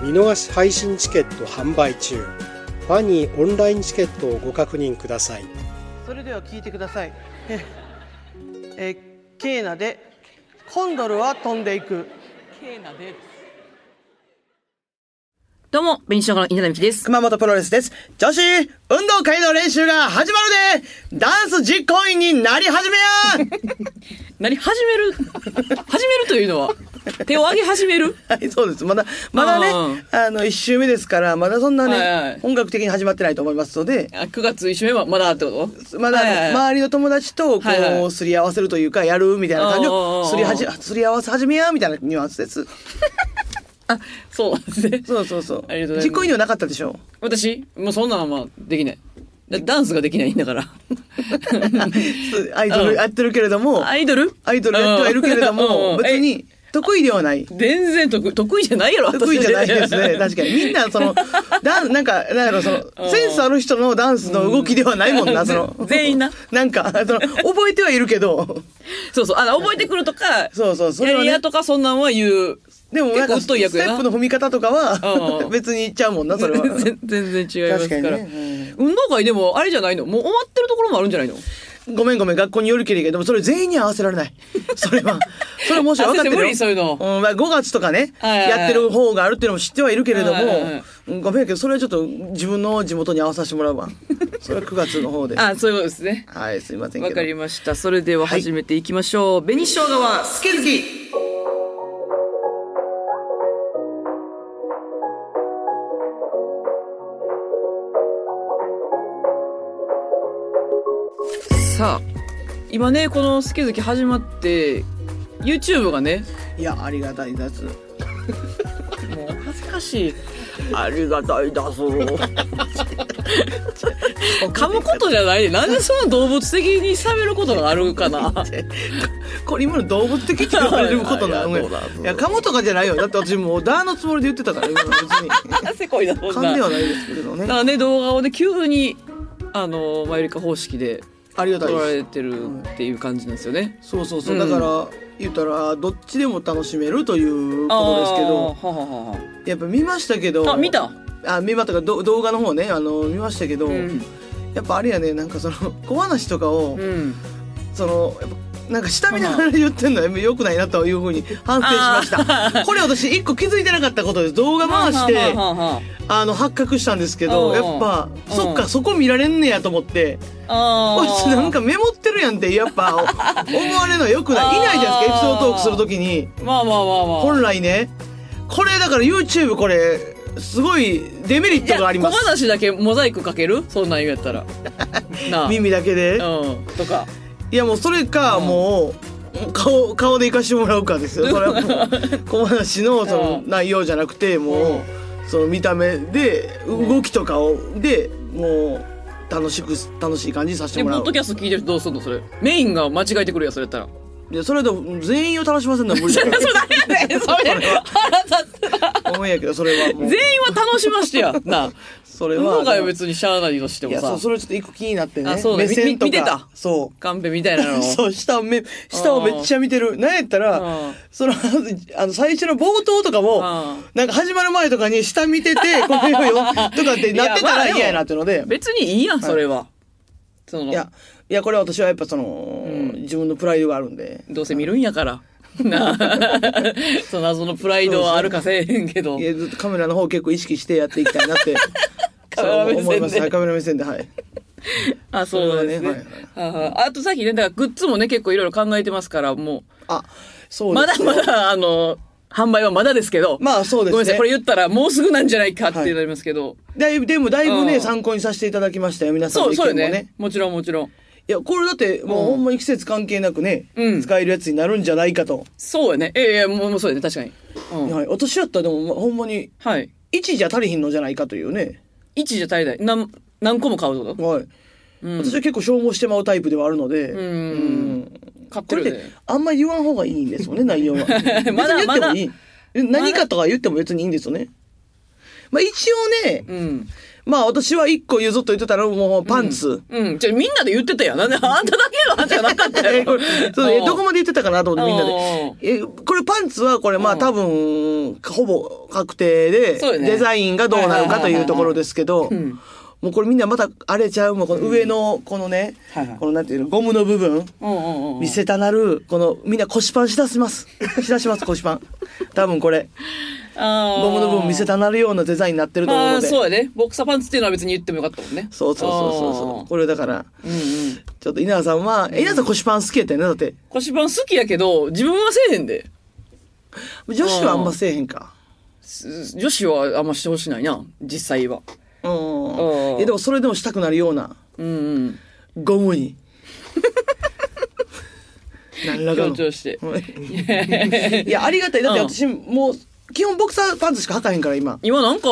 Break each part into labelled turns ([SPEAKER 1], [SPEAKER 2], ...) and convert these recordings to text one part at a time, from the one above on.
[SPEAKER 1] 見逃し配信チケット販売中ファニーオンラインチケットをご確認ください
[SPEAKER 2] それでは聞いてくださいえーえーケーナでコンドルは飛んでいく
[SPEAKER 3] ケーナで
[SPEAKER 4] どうも、紅生姜の稲田美希です。
[SPEAKER 2] 熊本プロレスです。女子運動会の練習が始まるでダンス実行委員になり始めや
[SPEAKER 4] 何始め る始めるというのは手を上げ始める
[SPEAKER 2] はい、そうです。まだ、まだね、あの、一周目ですから、まだそんなね、
[SPEAKER 4] はいはい
[SPEAKER 2] 本格的に始まってないと思いますので、
[SPEAKER 4] あ ?9 月一週目はまだってこと
[SPEAKER 2] まだあの、
[SPEAKER 4] はいはい
[SPEAKER 2] 周りの友達と、こう、
[SPEAKER 4] はいはい
[SPEAKER 2] すり合わせるというか、やるみたいな感じ
[SPEAKER 4] おうおうお
[SPEAKER 2] を、
[SPEAKER 4] う
[SPEAKER 2] すりはじ、すり合わせ始めや、みたいなニュアンスです。
[SPEAKER 4] あ、そうなんですね。
[SPEAKER 2] そうそうそう。
[SPEAKER 4] ありがとうござい
[SPEAKER 2] 実
[SPEAKER 4] ます
[SPEAKER 2] 行委員はなかったでし ょ
[SPEAKER 4] 私、もうそんなんはまあできない。だダンスができないんだから。
[SPEAKER 2] う。アイドルやってるけれども、
[SPEAKER 4] アイドル
[SPEAKER 2] アイドルやってはいるけれども、別。
[SPEAKER 4] うんうん
[SPEAKER 2] に得意ではない
[SPEAKER 4] え。全然得得意じゃないやろ、私
[SPEAKER 2] 得意じゃないですね。確かに。みんな、その、ダンなんか、なんだろう、その、センスある人のダンスの動きではないもんな、その。
[SPEAKER 4] 全員な。
[SPEAKER 2] なんか、その、覚えてはいるけど、
[SPEAKER 4] そうそう。あの、覚えてくるとか、
[SPEAKER 2] そうそうそれはね
[SPEAKER 4] キャリアとかそんなんは言う。
[SPEAKER 2] でもなん
[SPEAKER 4] 結構
[SPEAKER 2] か、
[SPEAKER 4] うっ
[SPEAKER 2] ス
[SPEAKER 4] とい
[SPEAKER 2] テ
[SPEAKER 4] 役やな
[SPEAKER 2] ップの踏み方とか
[SPEAKER 4] うんう
[SPEAKER 2] は、
[SPEAKER 4] ん
[SPEAKER 2] 別にいっちゃうもんな、 それは。
[SPEAKER 4] 全全然違いますから。
[SPEAKER 2] 確かにね
[SPEAKER 4] 運動会でも、あれじゃないのもう終わってるところもあるんじゃないの
[SPEAKER 2] ごめんごめん、学校によるけれども、それ全員に合わせられない。それは、それもし
[SPEAKER 4] あ
[SPEAKER 2] 分かってる
[SPEAKER 4] 先生
[SPEAKER 2] よ。
[SPEAKER 4] 無理そういうの
[SPEAKER 2] んまあ5月とかね、
[SPEAKER 4] はいはいはい
[SPEAKER 2] やってる方があるっていうのも知ってはいるけれども
[SPEAKER 4] はいはいはい、
[SPEAKER 2] うんごめんやけど、それはちょっと自分の地元に合わさせてもらうわ。それは9月の方で。
[SPEAKER 4] あ、そういうことですね。
[SPEAKER 2] はい、すいませんけど。
[SPEAKER 4] わかりました。それでは始めていきましょう。紅生姜は好き好き。さあ、今ね、この好き好き始まって、YouTube がね、
[SPEAKER 2] いや、ありがたいです。
[SPEAKER 4] もう恥ずかしい。ありがたいだ ぞ。噛むことじゃないで、なんでそんな動物的に喋ることがあるかな。
[SPEAKER 2] これ今の動物的って言われることなの
[SPEAKER 4] いや
[SPEAKER 2] よ
[SPEAKER 4] どうだどう。だ
[SPEAKER 2] いや、噛むとかじゃないよ。だって私もうダーのつもりで言って たから、今の別に。
[SPEAKER 4] せこいな、そんな。
[SPEAKER 2] 噛んではないですけれど
[SPEAKER 4] だ
[SPEAKER 2] ね
[SPEAKER 4] か。らね、動画をね、急に、あの、マユリカ方式で
[SPEAKER 2] ありがたい
[SPEAKER 4] 撮ら
[SPEAKER 2] です。
[SPEAKER 4] れてるっていう感じなんですよね。
[SPEAKER 2] そうそうそうう。
[SPEAKER 4] ん
[SPEAKER 2] だから、言ったら、どっちでも楽しめるということですけど、
[SPEAKER 4] あーははは
[SPEAKER 2] やっぱ見ましたけ
[SPEAKER 4] は
[SPEAKER 2] ど。
[SPEAKER 4] あ、見た
[SPEAKER 2] あ、見ましたか、ど動画の方ね、あの、見ましたけど、
[SPEAKER 4] うん。
[SPEAKER 2] やっぱあれやね、なんかその、小話とかを
[SPEAKER 4] う、ん。
[SPEAKER 2] その、やっぱなんか下見ながら言ってんのは良くないなというふうに反省しました。これ私一個気づいてなかったことです。動画回して、
[SPEAKER 4] はははは
[SPEAKER 2] あの、発覚したんですけ
[SPEAKER 4] お
[SPEAKER 2] ど、
[SPEAKER 4] う
[SPEAKER 2] や
[SPEAKER 4] お
[SPEAKER 2] っ
[SPEAKER 4] う
[SPEAKER 2] ぱ、
[SPEAKER 4] うん
[SPEAKER 2] そっか、そこ見られんねやと思って、
[SPEAKER 4] あ
[SPEAKER 2] こいつ
[SPEAKER 4] ー
[SPEAKER 2] なんかメモってるやんって、やっぱ、お思われるのは良くない。いないじゃないですか、エピソードトークするときに。
[SPEAKER 4] まあまあまあまあ。
[SPEAKER 2] 本来ね、これだから YouTube これ、すごいデメリッ
[SPEAKER 4] い
[SPEAKER 2] ト
[SPEAKER 4] や
[SPEAKER 2] がありま
[SPEAKER 4] 小
[SPEAKER 2] す。
[SPEAKER 4] 話だけモザイクかけるそんなん言うやったら。なあ。
[SPEAKER 2] 耳だけで。
[SPEAKER 4] うん。とか。
[SPEAKER 2] いやもうそれか、
[SPEAKER 4] うん
[SPEAKER 2] もう、顔、顔で行かしてもらうかですよ。それはもう、 小話のその
[SPEAKER 4] うん
[SPEAKER 2] 内容じゃなくて、もう、その見た目で、動きとかを、で、もう、楽しく、楽しい感じにさせて
[SPEAKER 4] で、ポ
[SPEAKER 2] もらう
[SPEAKER 4] ッド。キャスト聞いてる人どうすんのそれ。メインが間違えてくるやんそれやったら。
[SPEAKER 2] いや、それで全員を楽しませるのは無理だか
[SPEAKER 4] それ、 腹立つな。
[SPEAKER 2] ら。思うんやけど、それはもう。
[SPEAKER 4] 全員は楽しましてや。なあ。
[SPEAKER 2] それ
[SPEAKER 4] 運
[SPEAKER 2] は。
[SPEAKER 4] 動会は別にしゃあないとして
[SPEAKER 2] い
[SPEAKER 4] も
[SPEAKER 2] や、そう、
[SPEAKER 4] さ。
[SPEAKER 2] それはちょっと一個気になってね。
[SPEAKER 4] あそうだ
[SPEAKER 2] 目線とか
[SPEAKER 4] み見てた
[SPEAKER 2] そ
[SPEAKER 4] カンペみたいな
[SPEAKER 2] う。
[SPEAKER 4] の。
[SPEAKER 2] そう、下をめ、下をめっちゃ見てる。なんやった
[SPEAKER 4] う
[SPEAKER 2] ら
[SPEAKER 4] ん、
[SPEAKER 2] その、あの、最初の冒頭とかも
[SPEAKER 4] うん、
[SPEAKER 2] なんか始まる前とかに下見 てて、これをよ、とかってなってたら嫌やなってので。
[SPEAKER 4] 別にいいやん、それは。そ
[SPEAKER 2] い
[SPEAKER 4] の、
[SPEAKER 2] や、いや、これは私はやっぱその、自分のプライドがあるんで。
[SPEAKER 4] どうせ見るんやから。なあ。 その謎のプライドはあるかせえへんけど
[SPEAKER 2] い。や、ずっとカメラの方結構意識してやっていきたいな って。そう思います。はいカメラ目線で、はい。
[SPEAKER 4] あ、そうなんですね。
[SPEAKER 2] それはね
[SPEAKER 4] あああとさっきね、だからグッズもね、結構いろいろ考えてますから、も、
[SPEAKER 2] あ、そううで
[SPEAKER 4] ますだまだ、あの、販売はまだですけど。
[SPEAKER 2] まあそうですね
[SPEAKER 4] ごめんなさい、これ言ったらもうすぐなんじゃないかってなりますけど。
[SPEAKER 2] だいぶ、でもだいぶ
[SPEAKER 4] う
[SPEAKER 2] ね、
[SPEAKER 4] ん
[SPEAKER 2] 参考にさせていただきましたよ、皆さんの
[SPEAKER 4] そう、
[SPEAKER 2] 意見
[SPEAKER 4] そうよ
[SPEAKER 2] も
[SPEAKER 4] ね
[SPEAKER 2] ね。
[SPEAKER 4] もちろんもちろん。
[SPEAKER 2] いや、これだって、もうほんまに季節関係なくね
[SPEAKER 4] う、ん
[SPEAKER 2] 使えるやつになるんじゃないかと。
[SPEAKER 4] そうよね。ええもうもうそうよね、確かに。うん。
[SPEAKER 2] はい。お年寄ったらでも、ほんまに、
[SPEAKER 4] はい。
[SPEAKER 2] 1じゃ足りひんのじゃないかというね。
[SPEAKER 4] 1じゃ足りない。なん何個も買うってこと
[SPEAKER 2] はい。
[SPEAKER 4] うん。
[SPEAKER 2] 私は結構消耗してまうタイプではあるので。
[SPEAKER 4] う。
[SPEAKER 2] うんん
[SPEAKER 4] 買って
[SPEAKER 2] これで
[SPEAKER 4] るで。
[SPEAKER 2] あんまり言わん方がいいんですよ ね、内容は。別に
[SPEAKER 4] まだ
[SPEAKER 2] 言ってもいい。何かとか言っても別にいいんですよね。まあ一応ね、
[SPEAKER 4] うん。
[SPEAKER 2] まあ私は1個譲っといてたらもうパンツ。
[SPEAKER 4] うん。じゃあみんなで言ってたやん。なんであんただけの話じゃなかった
[SPEAKER 2] え
[SPEAKER 4] よ。
[SPEAKER 2] これ そうえどこ
[SPEAKER 4] も
[SPEAKER 2] まで言ってたかなと思ってみんなで。え
[SPEAKER 4] で。
[SPEAKER 2] これパンツはこれま
[SPEAKER 4] う
[SPEAKER 2] あ
[SPEAKER 4] ん
[SPEAKER 2] 多分ほぼ確定で、
[SPEAKER 4] そうよね
[SPEAKER 2] デザインがどうなるかというところですけど、
[SPEAKER 4] うん。
[SPEAKER 2] もうこれみんなまたあれちゃうもうこの上のこのね、
[SPEAKER 4] はいはい
[SPEAKER 2] このなんていうのゴムの部分
[SPEAKER 4] うんうんうん。
[SPEAKER 2] 見せたなるこのみんな腰パンしだし ますしだします腰パン多分これ
[SPEAKER 4] ゴ
[SPEAKER 2] ゴムの部分見せたなるようなデザインになってると思う
[SPEAKER 4] ま
[SPEAKER 2] の
[SPEAKER 4] あ
[SPEAKER 2] で、
[SPEAKER 4] そうやね。ボクサーパンツっていうのは別に言ってもよかったもんね。
[SPEAKER 2] そうそうそうそうそうこれだから
[SPEAKER 4] あーうんうん。
[SPEAKER 2] ちょっと稲田さんは、え稲田さん腰パン好きやったよねだって
[SPEAKER 4] 腰パン好きやけど、自分はせえへんで。
[SPEAKER 2] 女子はあんませえへんか
[SPEAKER 4] す女子はあんましてほしないな、実際は。
[SPEAKER 2] うんえでもそれでもしたくなるような
[SPEAKER 4] うんうん。
[SPEAKER 2] ゴム に何らか
[SPEAKER 4] 強
[SPEAKER 2] の
[SPEAKER 4] 調して。
[SPEAKER 2] いやありがたいだって私もう基本ボクサーパンツしか履かへんから今
[SPEAKER 4] 今なんか、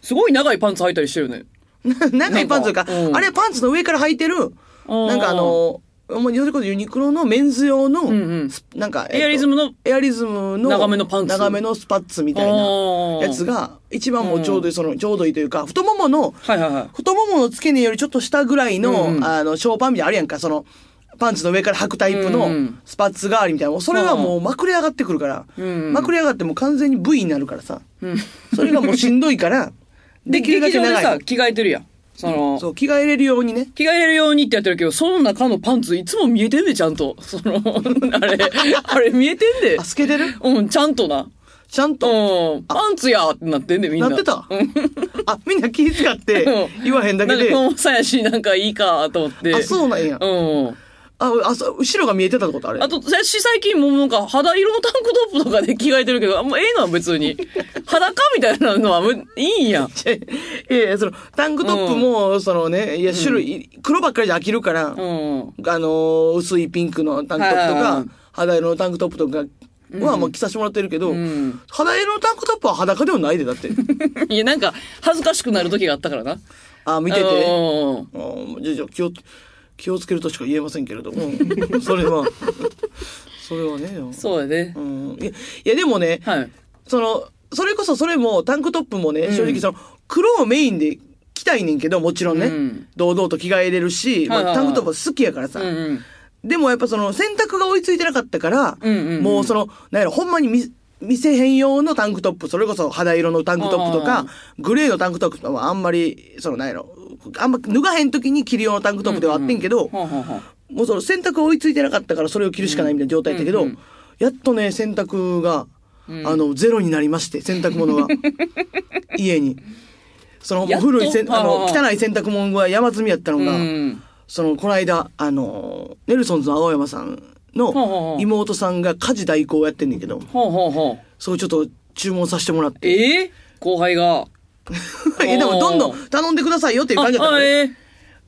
[SPEAKER 4] すごい長いパンツ履いたりしてるね。
[SPEAKER 2] 長いパンツというか、
[SPEAKER 4] うん
[SPEAKER 2] あれはパンツの上から履いてる
[SPEAKER 4] ー
[SPEAKER 2] なんかあのもうよりこそユニクロのメンズ用の、
[SPEAKER 4] んうん
[SPEAKER 2] スなんか、えっと
[SPEAKER 4] エアリズムの。
[SPEAKER 2] エアリズムの
[SPEAKER 4] 長めのパンツ
[SPEAKER 2] 長めのスパッツみたい
[SPEAKER 4] あ
[SPEAKER 2] な
[SPEAKER 4] ー
[SPEAKER 2] やつが一番もうちょうどいいそのちょうどいいというか太ももの
[SPEAKER 4] はいはいはい。
[SPEAKER 2] 太ももの付け根よりちょっと下ぐらいの、
[SPEAKER 4] うんうん
[SPEAKER 2] あのショーパンみたいなのあるやんかそのパンツの上から履くタイプ
[SPEAKER 4] う
[SPEAKER 2] の
[SPEAKER 4] んうん
[SPEAKER 2] スパッツ代わりみたいなそれはもうまくれ上がってくるから、
[SPEAKER 4] うんうん
[SPEAKER 2] まくれ上がってもう完全に V になるからさ
[SPEAKER 4] うん。
[SPEAKER 2] それがもうしんどいから
[SPEAKER 4] で、
[SPEAKER 2] できるだけ
[SPEAKER 4] 劇場で
[SPEAKER 2] 長
[SPEAKER 4] さ
[SPEAKER 2] い、
[SPEAKER 4] 着替えてるやん。その、
[SPEAKER 2] そう着替えれるようにね
[SPEAKER 4] 着替えれるようにってやってるけど、その中のパンツいつも見えてんで、ちゃんと。そ の、あれ、あれ見えてんで
[SPEAKER 2] あ。透けてる
[SPEAKER 4] うん、ちゃんとな。
[SPEAKER 2] ちゃんと、
[SPEAKER 4] うん、パンツやってなってんで、みんな。
[SPEAKER 2] なってた
[SPEAKER 4] うん。
[SPEAKER 2] あみんな気遣って
[SPEAKER 4] うん
[SPEAKER 2] 言わへんだけ
[SPEAKER 4] なん
[SPEAKER 2] で
[SPEAKER 4] か、このさやし、なんかいいかと思って。
[SPEAKER 2] あそうなんや
[SPEAKER 4] うん。
[SPEAKER 2] ああそう後ろが見えてたってことあれ
[SPEAKER 4] あと、私最近もうなんか肌色のタンクトップとかで着替えてるけど、あんまええのは 別に。裸みたいなのはむいいん や。
[SPEAKER 2] いやいや、その、タンクトップも、そのね、いや、種類、黒ばっかりじゃ飽きるから、あ
[SPEAKER 4] う
[SPEAKER 2] の
[SPEAKER 4] ん。
[SPEAKER 2] ー、薄いピンクのタンクトップと
[SPEAKER 4] はいはいは
[SPEAKER 2] か
[SPEAKER 4] い、
[SPEAKER 2] 肌色のタンクトップとかは、もう着させてもらってるけど、
[SPEAKER 4] うん
[SPEAKER 2] 肌色のタンクトップは裸ではないで、 だって。
[SPEAKER 4] いや、なんか、恥ずかしくなる時があったからな。
[SPEAKER 2] あ、見てて。
[SPEAKER 4] うん
[SPEAKER 2] あじゃあじゃあ気を、気をつけるとしか言えませんけれども、うん それは、それはね、
[SPEAKER 4] そうやね
[SPEAKER 2] う。んいや、いやでもね、
[SPEAKER 4] はい。
[SPEAKER 2] その、それこそそれもタンクトップもね、正直その、黒をメインで着たいねんけど、もちろんね、
[SPEAKER 4] うん
[SPEAKER 2] 堂々と着替えれるし、ま
[SPEAKER 4] はいは
[SPEAKER 2] あ、
[SPEAKER 4] いは
[SPEAKER 2] タ
[SPEAKER 4] い
[SPEAKER 2] ンクトップは好きやからさ、
[SPEAKER 4] うんうん。
[SPEAKER 2] でもやっぱその洗濯が追いついてなかったから、
[SPEAKER 4] うんうんうん
[SPEAKER 2] もうその、なんやろ、ほんまに見、見せへん用のタンクトップ、それこそ肌色のタンクトップと
[SPEAKER 4] あ
[SPEAKER 2] か、グレーのタンクトップはあんまり、そのなんやろ、あんま脱がへん時に着る用のタンクトップではあってんけど、
[SPEAKER 4] はあはあはあ
[SPEAKER 2] もうその洗濯が追いついてなかったからそれを着るしかないみたいな状態だけど、
[SPEAKER 4] うんうん
[SPEAKER 2] やっとね、洗濯が、あの、ゼロになりまして、洗濯物 が。家に。その、も
[SPEAKER 4] や
[SPEAKER 2] う
[SPEAKER 4] っと
[SPEAKER 2] 古いせん、あの、
[SPEAKER 4] あー
[SPEAKER 2] 汚い洗濯物が山積みやったの
[SPEAKER 4] う
[SPEAKER 2] が、
[SPEAKER 4] ん。
[SPEAKER 2] その、この間、あの、ネルソンズの青山さんの
[SPEAKER 4] うん
[SPEAKER 2] 妹さんが家事代行をやってんねんけど、
[SPEAKER 4] ほうほうほう。
[SPEAKER 2] それちょっと注文させてもらって。
[SPEAKER 4] ええ後輩が。
[SPEAKER 2] え、でもどんど
[SPEAKER 4] お
[SPEAKER 2] ん頼んでくださいよっていう感じだったの
[SPEAKER 4] あ
[SPEAKER 2] ね
[SPEAKER 4] ええ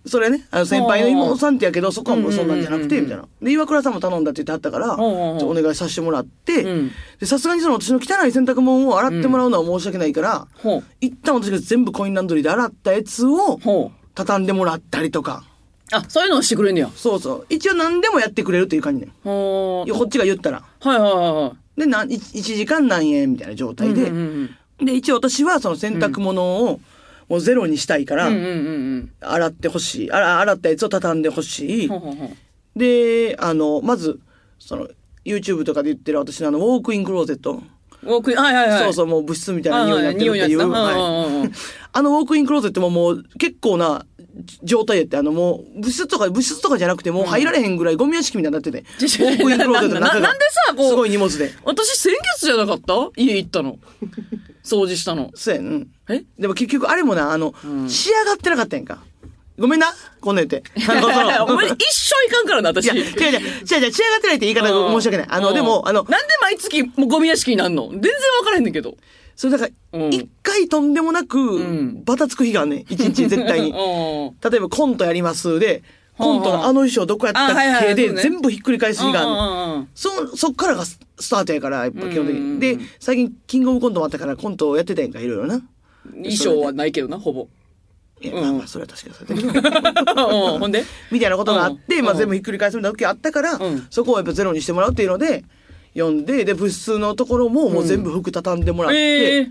[SPEAKER 2] それね、あの先輩の妹さんってやけど、そこはもうそんなんじゃなくて、
[SPEAKER 4] うん
[SPEAKER 2] みたいな。で、岩倉さんも頼んだって言ってはったから、ち
[SPEAKER 4] うんうんう
[SPEAKER 2] ょ
[SPEAKER 4] ん
[SPEAKER 2] っとお願いさせてもらって、
[SPEAKER 4] うん
[SPEAKER 2] で、さすがにその私の汚い洗濯物を洗ってもらうのは申し訳ないから、
[SPEAKER 4] ほう。
[SPEAKER 2] 一旦私が全部コインランドリーで洗ったやつを、
[SPEAKER 4] ほう。
[SPEAKER 2] 畳んでもらったりとか。
[SPEAKER 4] あ、そういうのをしてくれんねや。
[SPEAKER 2] そうそう。一応何でもやってくれるっていう感じね。
[SPEAKER 4] ほう。
[SPEAKER 2] こっちが言ったら。
[SPEAKER 4] はいはいはいは
[SPEAKER 2] で、なん、い1時間何円みたいな状
[SPEAKER 4] い。
[SPEAKER 2] 態で
[SPEAKER 4] うん。うん
[SPEAKER 2] で、一応私はその洗濯物を、もうゼロにしたいから
[SPEAKER 4] うんう、んうん
[SPEAKER 2] 洗ってほしい。あら洗ったやつを畳んでほし
[SPEAKER 4] う
[SPEAKER 2] い
[SPEAKER 4] ん。ほ。うほうほう。
[SPEAKER 2] で、あの、まず、その、YouTube とかで言ってる私のあの、ウォークインクローゼット。
[SPEAKER 4] ウォークイン、はいはいはい。。
[SPEAKER 2] そうそうう、もう物質みたいな
[SPEAKER 4] はい
[SPEAKER 2] 匂い
[SPEAKER 4] は
[SPEAKER 2] に
[SPEAKER 4] い
[SPEAKER 2] な
[SPEAKER 4] は
[SPEAKER 2] っ
[SPEAKER 4] い、
[SPEAKER 2] てるっ
[SPEAKER 4] 匂
[SPEAKER 2] てい
[SPEAKER 4] いのや
[SPEAKER 2] う。
[SPEAKER 4] つな。
[SPEAKER 2] はい
[SPEAKER 4] うんうんうんうん
[SPEAKER 2] あのウォークインクローゼットももう結構な状態やって、あのもう物質とか、物質とかじゃなくてもう入られへんぐらいゴミ屋敷みたいにな ってて。ウ
[SPEAKER 4] ちょちょ
[SPEAKER 2] ォークインクローゼットの中が。
[SPEAKER 4] なななんでさこう
[SPEAKER 2] すごい荷物で。
[SPEAKER 4] 私、先月じゃなかった家行ったの。掃除したの。
[SPEAKER 2] そうやねんうん。
[SPEAKER 4] え
[SPEAKER 2] でも結局あれもな、あの、仕上がってなかったやんか。ごめんな、こんなん言って。あのその
[SPEAKER 4] お前一生いかんからな、
[SPEAKER 2] い
[SPEAKER 4] 私。
[SPEAKER 2] や、違う違う、違う違う、仕上がってないって言い方
[SPEAKER 4] うん
[SPEAKER 2] が申し訳ない。あの、
[SPEAKER 4] うん
[SPEAKER 2] でも、あの、
[SPEAKER 4] なんで毎月もうゴミ屋敷になんの全然わからへんねんけど。
[SPEAKER 2] それだから、
[SPEAKER 4] うん
[SPEAKER 2] 一回とんでもなく
[SPEAKER 4] ん、
[SPEAKER 2] バタつく日があんねん。一日絶対に。
[SPEAKER 4] うん
[SPEAKER 2] 例えばコントやりますで、コントのあの衣装どこやった
[SPEAKER 4] あはい
[SPEAKER 2] っ
[SPEAKER 4] はい
[SPEAKER 2] けで
[SPEAKER 4] そうね
[SPEAKER 2] 全部ひっくり返す日があんねん
[SPEAKER 4] あん
[SPEAKER 2] そ、そっからがススタートやから、やっぱ基本的
[SPEAKER 4] うんうんうん
[SPEAKER 2] に。で、最近、キングオブコントもあったから、コントをやってたやんか、いろいろな。
[SPEAKER 4] 衣装はないけどな、ほぼ。
[SPEAKER 2] いや、
[SPEAKER 4] うん
[SPEAKER 2] まあまあ、それは確かにそうだけど
[SPEAKER 4] うんほんで
[SPEAKER 2] みたいなことがあって、
[SPEAKER 4] うん
[SPEAKER 2] まあ
[SPEAKER 4] うん
[SPEAKER 2] 全部ひっくり返すみたいな時あったから
[SPEAKER 4] うん、
[SPEAKER 2] そこをやっぱゼロにしてもらうっていうので、読んで、で、部室のところももう全部服畳んでもらっ
[SPEAKER 4] え
[SPEAKER 2] て、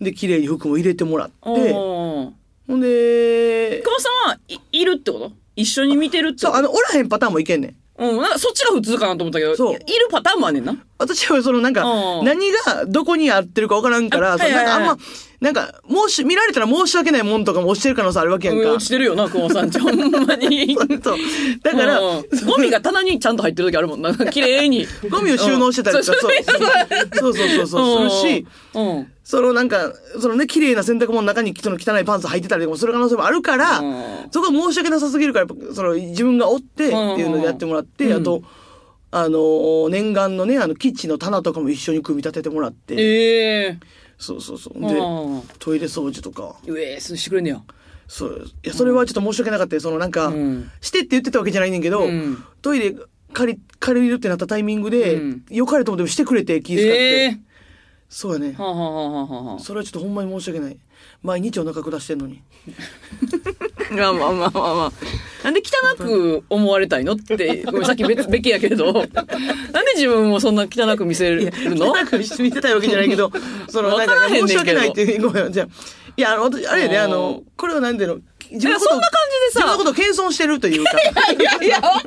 [SPEAKER 4] え。
[SPEAKER 2] で、綺麗に服も入れてもらって、ほ
[SPEAKER 4] おー
[SPEAKER 2] んで
[SPEAKER 4] 久、保さんはい、いるってこと一緒に見てるって
[SPEAKER 2] そ
[SPEAKER 4] こ
[SPEAKER 2] う、あ
[SPEAKER 4] と
[SPEAKER 2] の、おらへんパターンもいけんねん。
[SPEAKER 4] うん、なんかそっちが普通かなと思ったけど、
[SPEAKER 2] そう
[SPEAKER 4] いるパターンもあんねんな。
[SPEAKER 2] 私はそのなんか
[SPEAKER 4] うん、
[SPEAKER 2] 何がどこに合ってるかわからんから、
[SPEAKER 4] あ
[SPEAKER 2] そのなんか
[SPEAKER 4] は
[SPEAKER 2] あ
[SPEAKER 4] い
[SPEAKER 2] ん
[SPEAKER 4] はいは
[SPEAKER 2] ま、
[SPEAKER 4] い
[SPEAKER 2] なんか、申し、見られたら申し訳ないもんとかも押してる可能性あるわけやん
[SPEAKER 4] うん
[SPEAKER 2] か
[SPEAKER 4] 落。ちてるよな、久保さんちゃん。ほんまに。
[SPEAKER 2] そう。だから、
[SPEAKER 4] うんゴミが棚にちゃんと入ってる時あるも んな。綺麗に。
[SPEAKER 2] ゴミを収納してたりとか、
[SPEAKER 4] うん
[SPEAKER 2] そうそうそうそうそう、するし、
[SPEAKER 4] うん。うん
[SPEAKER 2] そのなんか、そのね、綺麗な洗濯物の中にその汚いパンツ履いてたりとかもする可能性もあるから
[SPEAKER 4] うん、
[SPEAKER 2] そこは申し訳なさすぎるから、やっぱその自分がおってっていうのでやってもらって、あと、あの、念願のね、あの、キッチンの棚とかも一緒に組み立ててもらって、
[SPEAKER 4] ええ。
[SPEAKER 2] そうそうそう。で、
[SPEAKER 4] うん
[SPEAKER 2] トイレ掃除とか。
[SPEAKER 4] うえー、そうしてくれんねや。
[SPEAKER 2] そういやそれはちょっと申し訳なかったよそのなんか、
[SPEAKER 4] うん
[SPEAKER 2] してって言ってたわけじゃないねんけど、
[SPEAKER 4] うん
[SPEAKER 2] トイレ借り借りるってなったタイミングで、
[SPEAKER 4] うん
[SPEAKER 2] よかれと思ってもしてくれて気遣って、
[SPEAKER 4] ええ。
[SPEAKER 2] そうやね
[SPEAKER 4] はあはあはあはあはあ。
[SPEAKER 2] それはちょっとほんまに申し訳ない毎日お腹下してんのに
[SPEAKER 4] まあまあまあまあまあ。なんで汚く思われたいのって、ごめんさっき別、べきやけど、 なんで自分もそんな汚く見せるの
[SPEAKER 2] なんか見てたいわけじゃないけ どその
[SPEAKER 4] わ
[SPEAKER 2] な
[SPEAKER 4] からへ
[SPEAKER 2] ん
[SPEAKER 4] ん
[SPEAKER 2] か、
[SPEAKER 4] ねんけど
[SPEAKER 2] 申し訳ないっていうごめんじゃあいやあの私あれやね
[SPEAKER 4] うん
[SPEAKER 2] あのこれは何ていうの自
[SPEAKER 4] いやそんな感じ
[SPEAKER 2] 自
[SPEAKER 4] で
[SPEAKER 2] 分
[SPEAKER 4] さ
[SPEAKER 2] のことを謙遜してるというか
[SPEAKER 4] いやいや、わか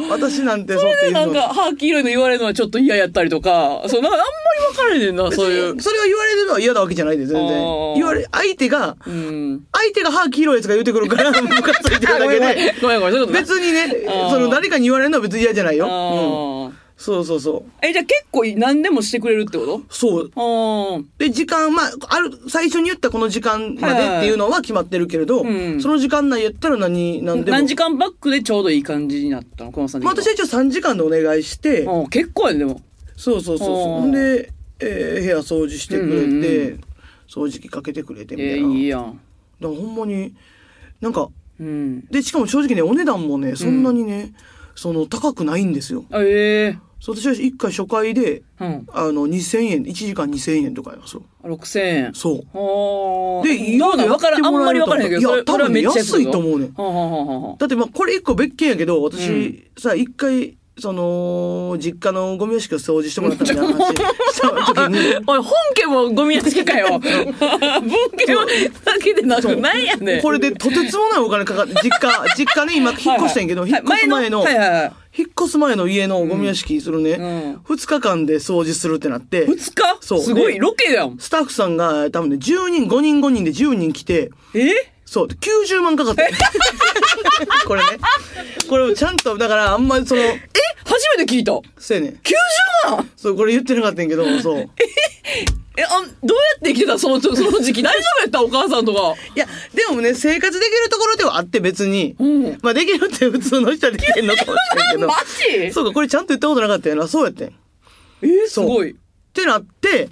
[SPEAKER 4] らん。
[SPEAKER 2] 私なんてそうって
[SPEAKER 4] で
[SPEAKER 2] いう
[SPEAKER 4] なん
[SPEAKER 2] の
[SPEAKER 4] か、歯黄色いの言われるのはちょっと嫌やったりとか、そう、なんかあんまり分かれねえな、そういう。
[SPEAKER 2] それが言われるのは嫌なわけじゃないで全然
[SPEAKER 4] うん
[SPEAKER 2] 言われ相手が
[SPEAKER 4] うん。
[SPEAKER 2] 相手が歯黄色いやつが言ってくる から、ムカついてるだけで。
[SPEAKER 4] ごめんごめん、そういうこと
[SPEAKER 2] 別にね
[SPEAKER 4] あー、
[SPEAKER 2] その誰かに言われるのは別に嫌じゃないよ。うん
[SPEAKER 4] よ。
[SPEAKER 2] そうそうそう。
[SPEAKER 4] え、じゃあ結構何でもしてくれるってこ
[SPEAKER 2] そう。
[SPEAKER 4] とうん。
[SPEAKER 2] で、時間、まあ、ある、最初に言ったこの時間までっていうのは決まってるけれど、
[SPEAKER 4] うん
[SPEAKER 2] その時間内やったら何、何でも。
[SPEAKER 4] 何時間バックでちょうどいい感じになったのこのさん的
[SPEAKER 2] まあ、
[SPEAKER 4] に
[SPEAKER 2] 私は一応3時間でお願いして、
[SPEAKER 4] うん結構やね、でも。
[SPEAKER 2] そうそうそうそう。
[SPEAKER 4] うん
[SPEAKER 2] ほんで、えー部屋掃除してくれて、
[SPEAKER 4] うんうんう
[SPEAKER 2] 掃除機かけてくれてみた
[SPEAKER 4] え
[SPEAKER 2] い
[SPEAKER 4] ー、
[SPEAKER 2] な。
[SPEAKER 4] いいやん。
[SPEAKER 2] だからほんまに、なんか、
[SPEAKER 4] うん。
[SPEAKER 2] で、しかも正直ね、お値段もね、そんなにね、その高くないんですよ。
[SPEAKER 4] あえ
[SPEAKER 2] そう私は一回初回で、
[SPEAKER 4] えうん。
[SPEAKER 2] あの、2000円、1時間2000円とかやな、そう。
[SPEAKER 4] 6000円。
[SPEAKER 2] そう。
[SPEAKER 4] はあ。
[SPEAKER 2] で、
[SPEAKER 4] どうな
[SPEAKER 2] や
[SPEAKER 4] のわからん。あんまりわからへんけど、
[SPEAKER 2] い
[SPEAKER 4] そ
[SPEAKER 2] や、
[SPEAKER 4] れ
[SPEAKER 2] 多
[SPEAKER 4] それは
[SPEAKER 2] 分
[SPEAKER 4] め
[SPEAKER 2] ね
[SPEAKER 4] っちゃ
[SPEAKER 2] 安いと思うねん。
[SPEAKER 4] はあはあはあはあ。
[SPEAKER 2] だって、まあ、これ一個別件やけど、
[SPEAKER 4] う
[SPEAKER 2] 私、さ、一回、その、実家のゴミ屋敷を掃除してもらったみたいな話した時に、
[SPEAKER 4] おい、本家もゴミ屋 敷かよ。文家もだけでなく、ないやねん。
[SPEAKER 2] これでとてつもないお金かかって、実家、実家ね、今、引っ越したんやけど、
[SPEAKER 4] はい
[SPEAKER 2] 引っ越す前の、
[SPEAKER 4] はいはいはい。
[SPEAKER 2] 引っ越す前の家のゴミ屋敷、それ
[SPEAKER 4] うん
[SPEAKER 2] ね、二、日間で掃除するってなって、
[SPEAKER 4] 二日
[SPEAKER 2] そう
[SPEAKER 4] すごい、ロケやん。
[SPEAKER 2] スタッフさんが、多分ね、10人、5人、5人で10人来て、
[SPEAKER 4] え
[SPEAKER 2] そう、90万かか って。これね。これをちゃんと、だからあんまりその、
[SPEAKER 4] え初めて聞いた。90
[SPEAKER 2] そうやねん。
[SPEAKER 4] 万
[SPEAKER 2] そう、これ言ってなかったんやけど、そう。
[SPEAKER 4] え、あ、どうやって生きてたその、その時 期。大丈夫やったお母さんとか。
[SPEAKER 2] いや、でもね、生活できるところではあって別に、
[SPEAKER 4] うん
[SPEAKER 2] まあできるって普通の人はできるのかもしれんけ ど
[SPEAKER 4] マ。ジ
[SPEAKER 2] そうか、これちゃんと言ったことなかったよな。そうやってん。っ
[SPEAKER 4] えすごい。
[SPEAKER 2] てなって、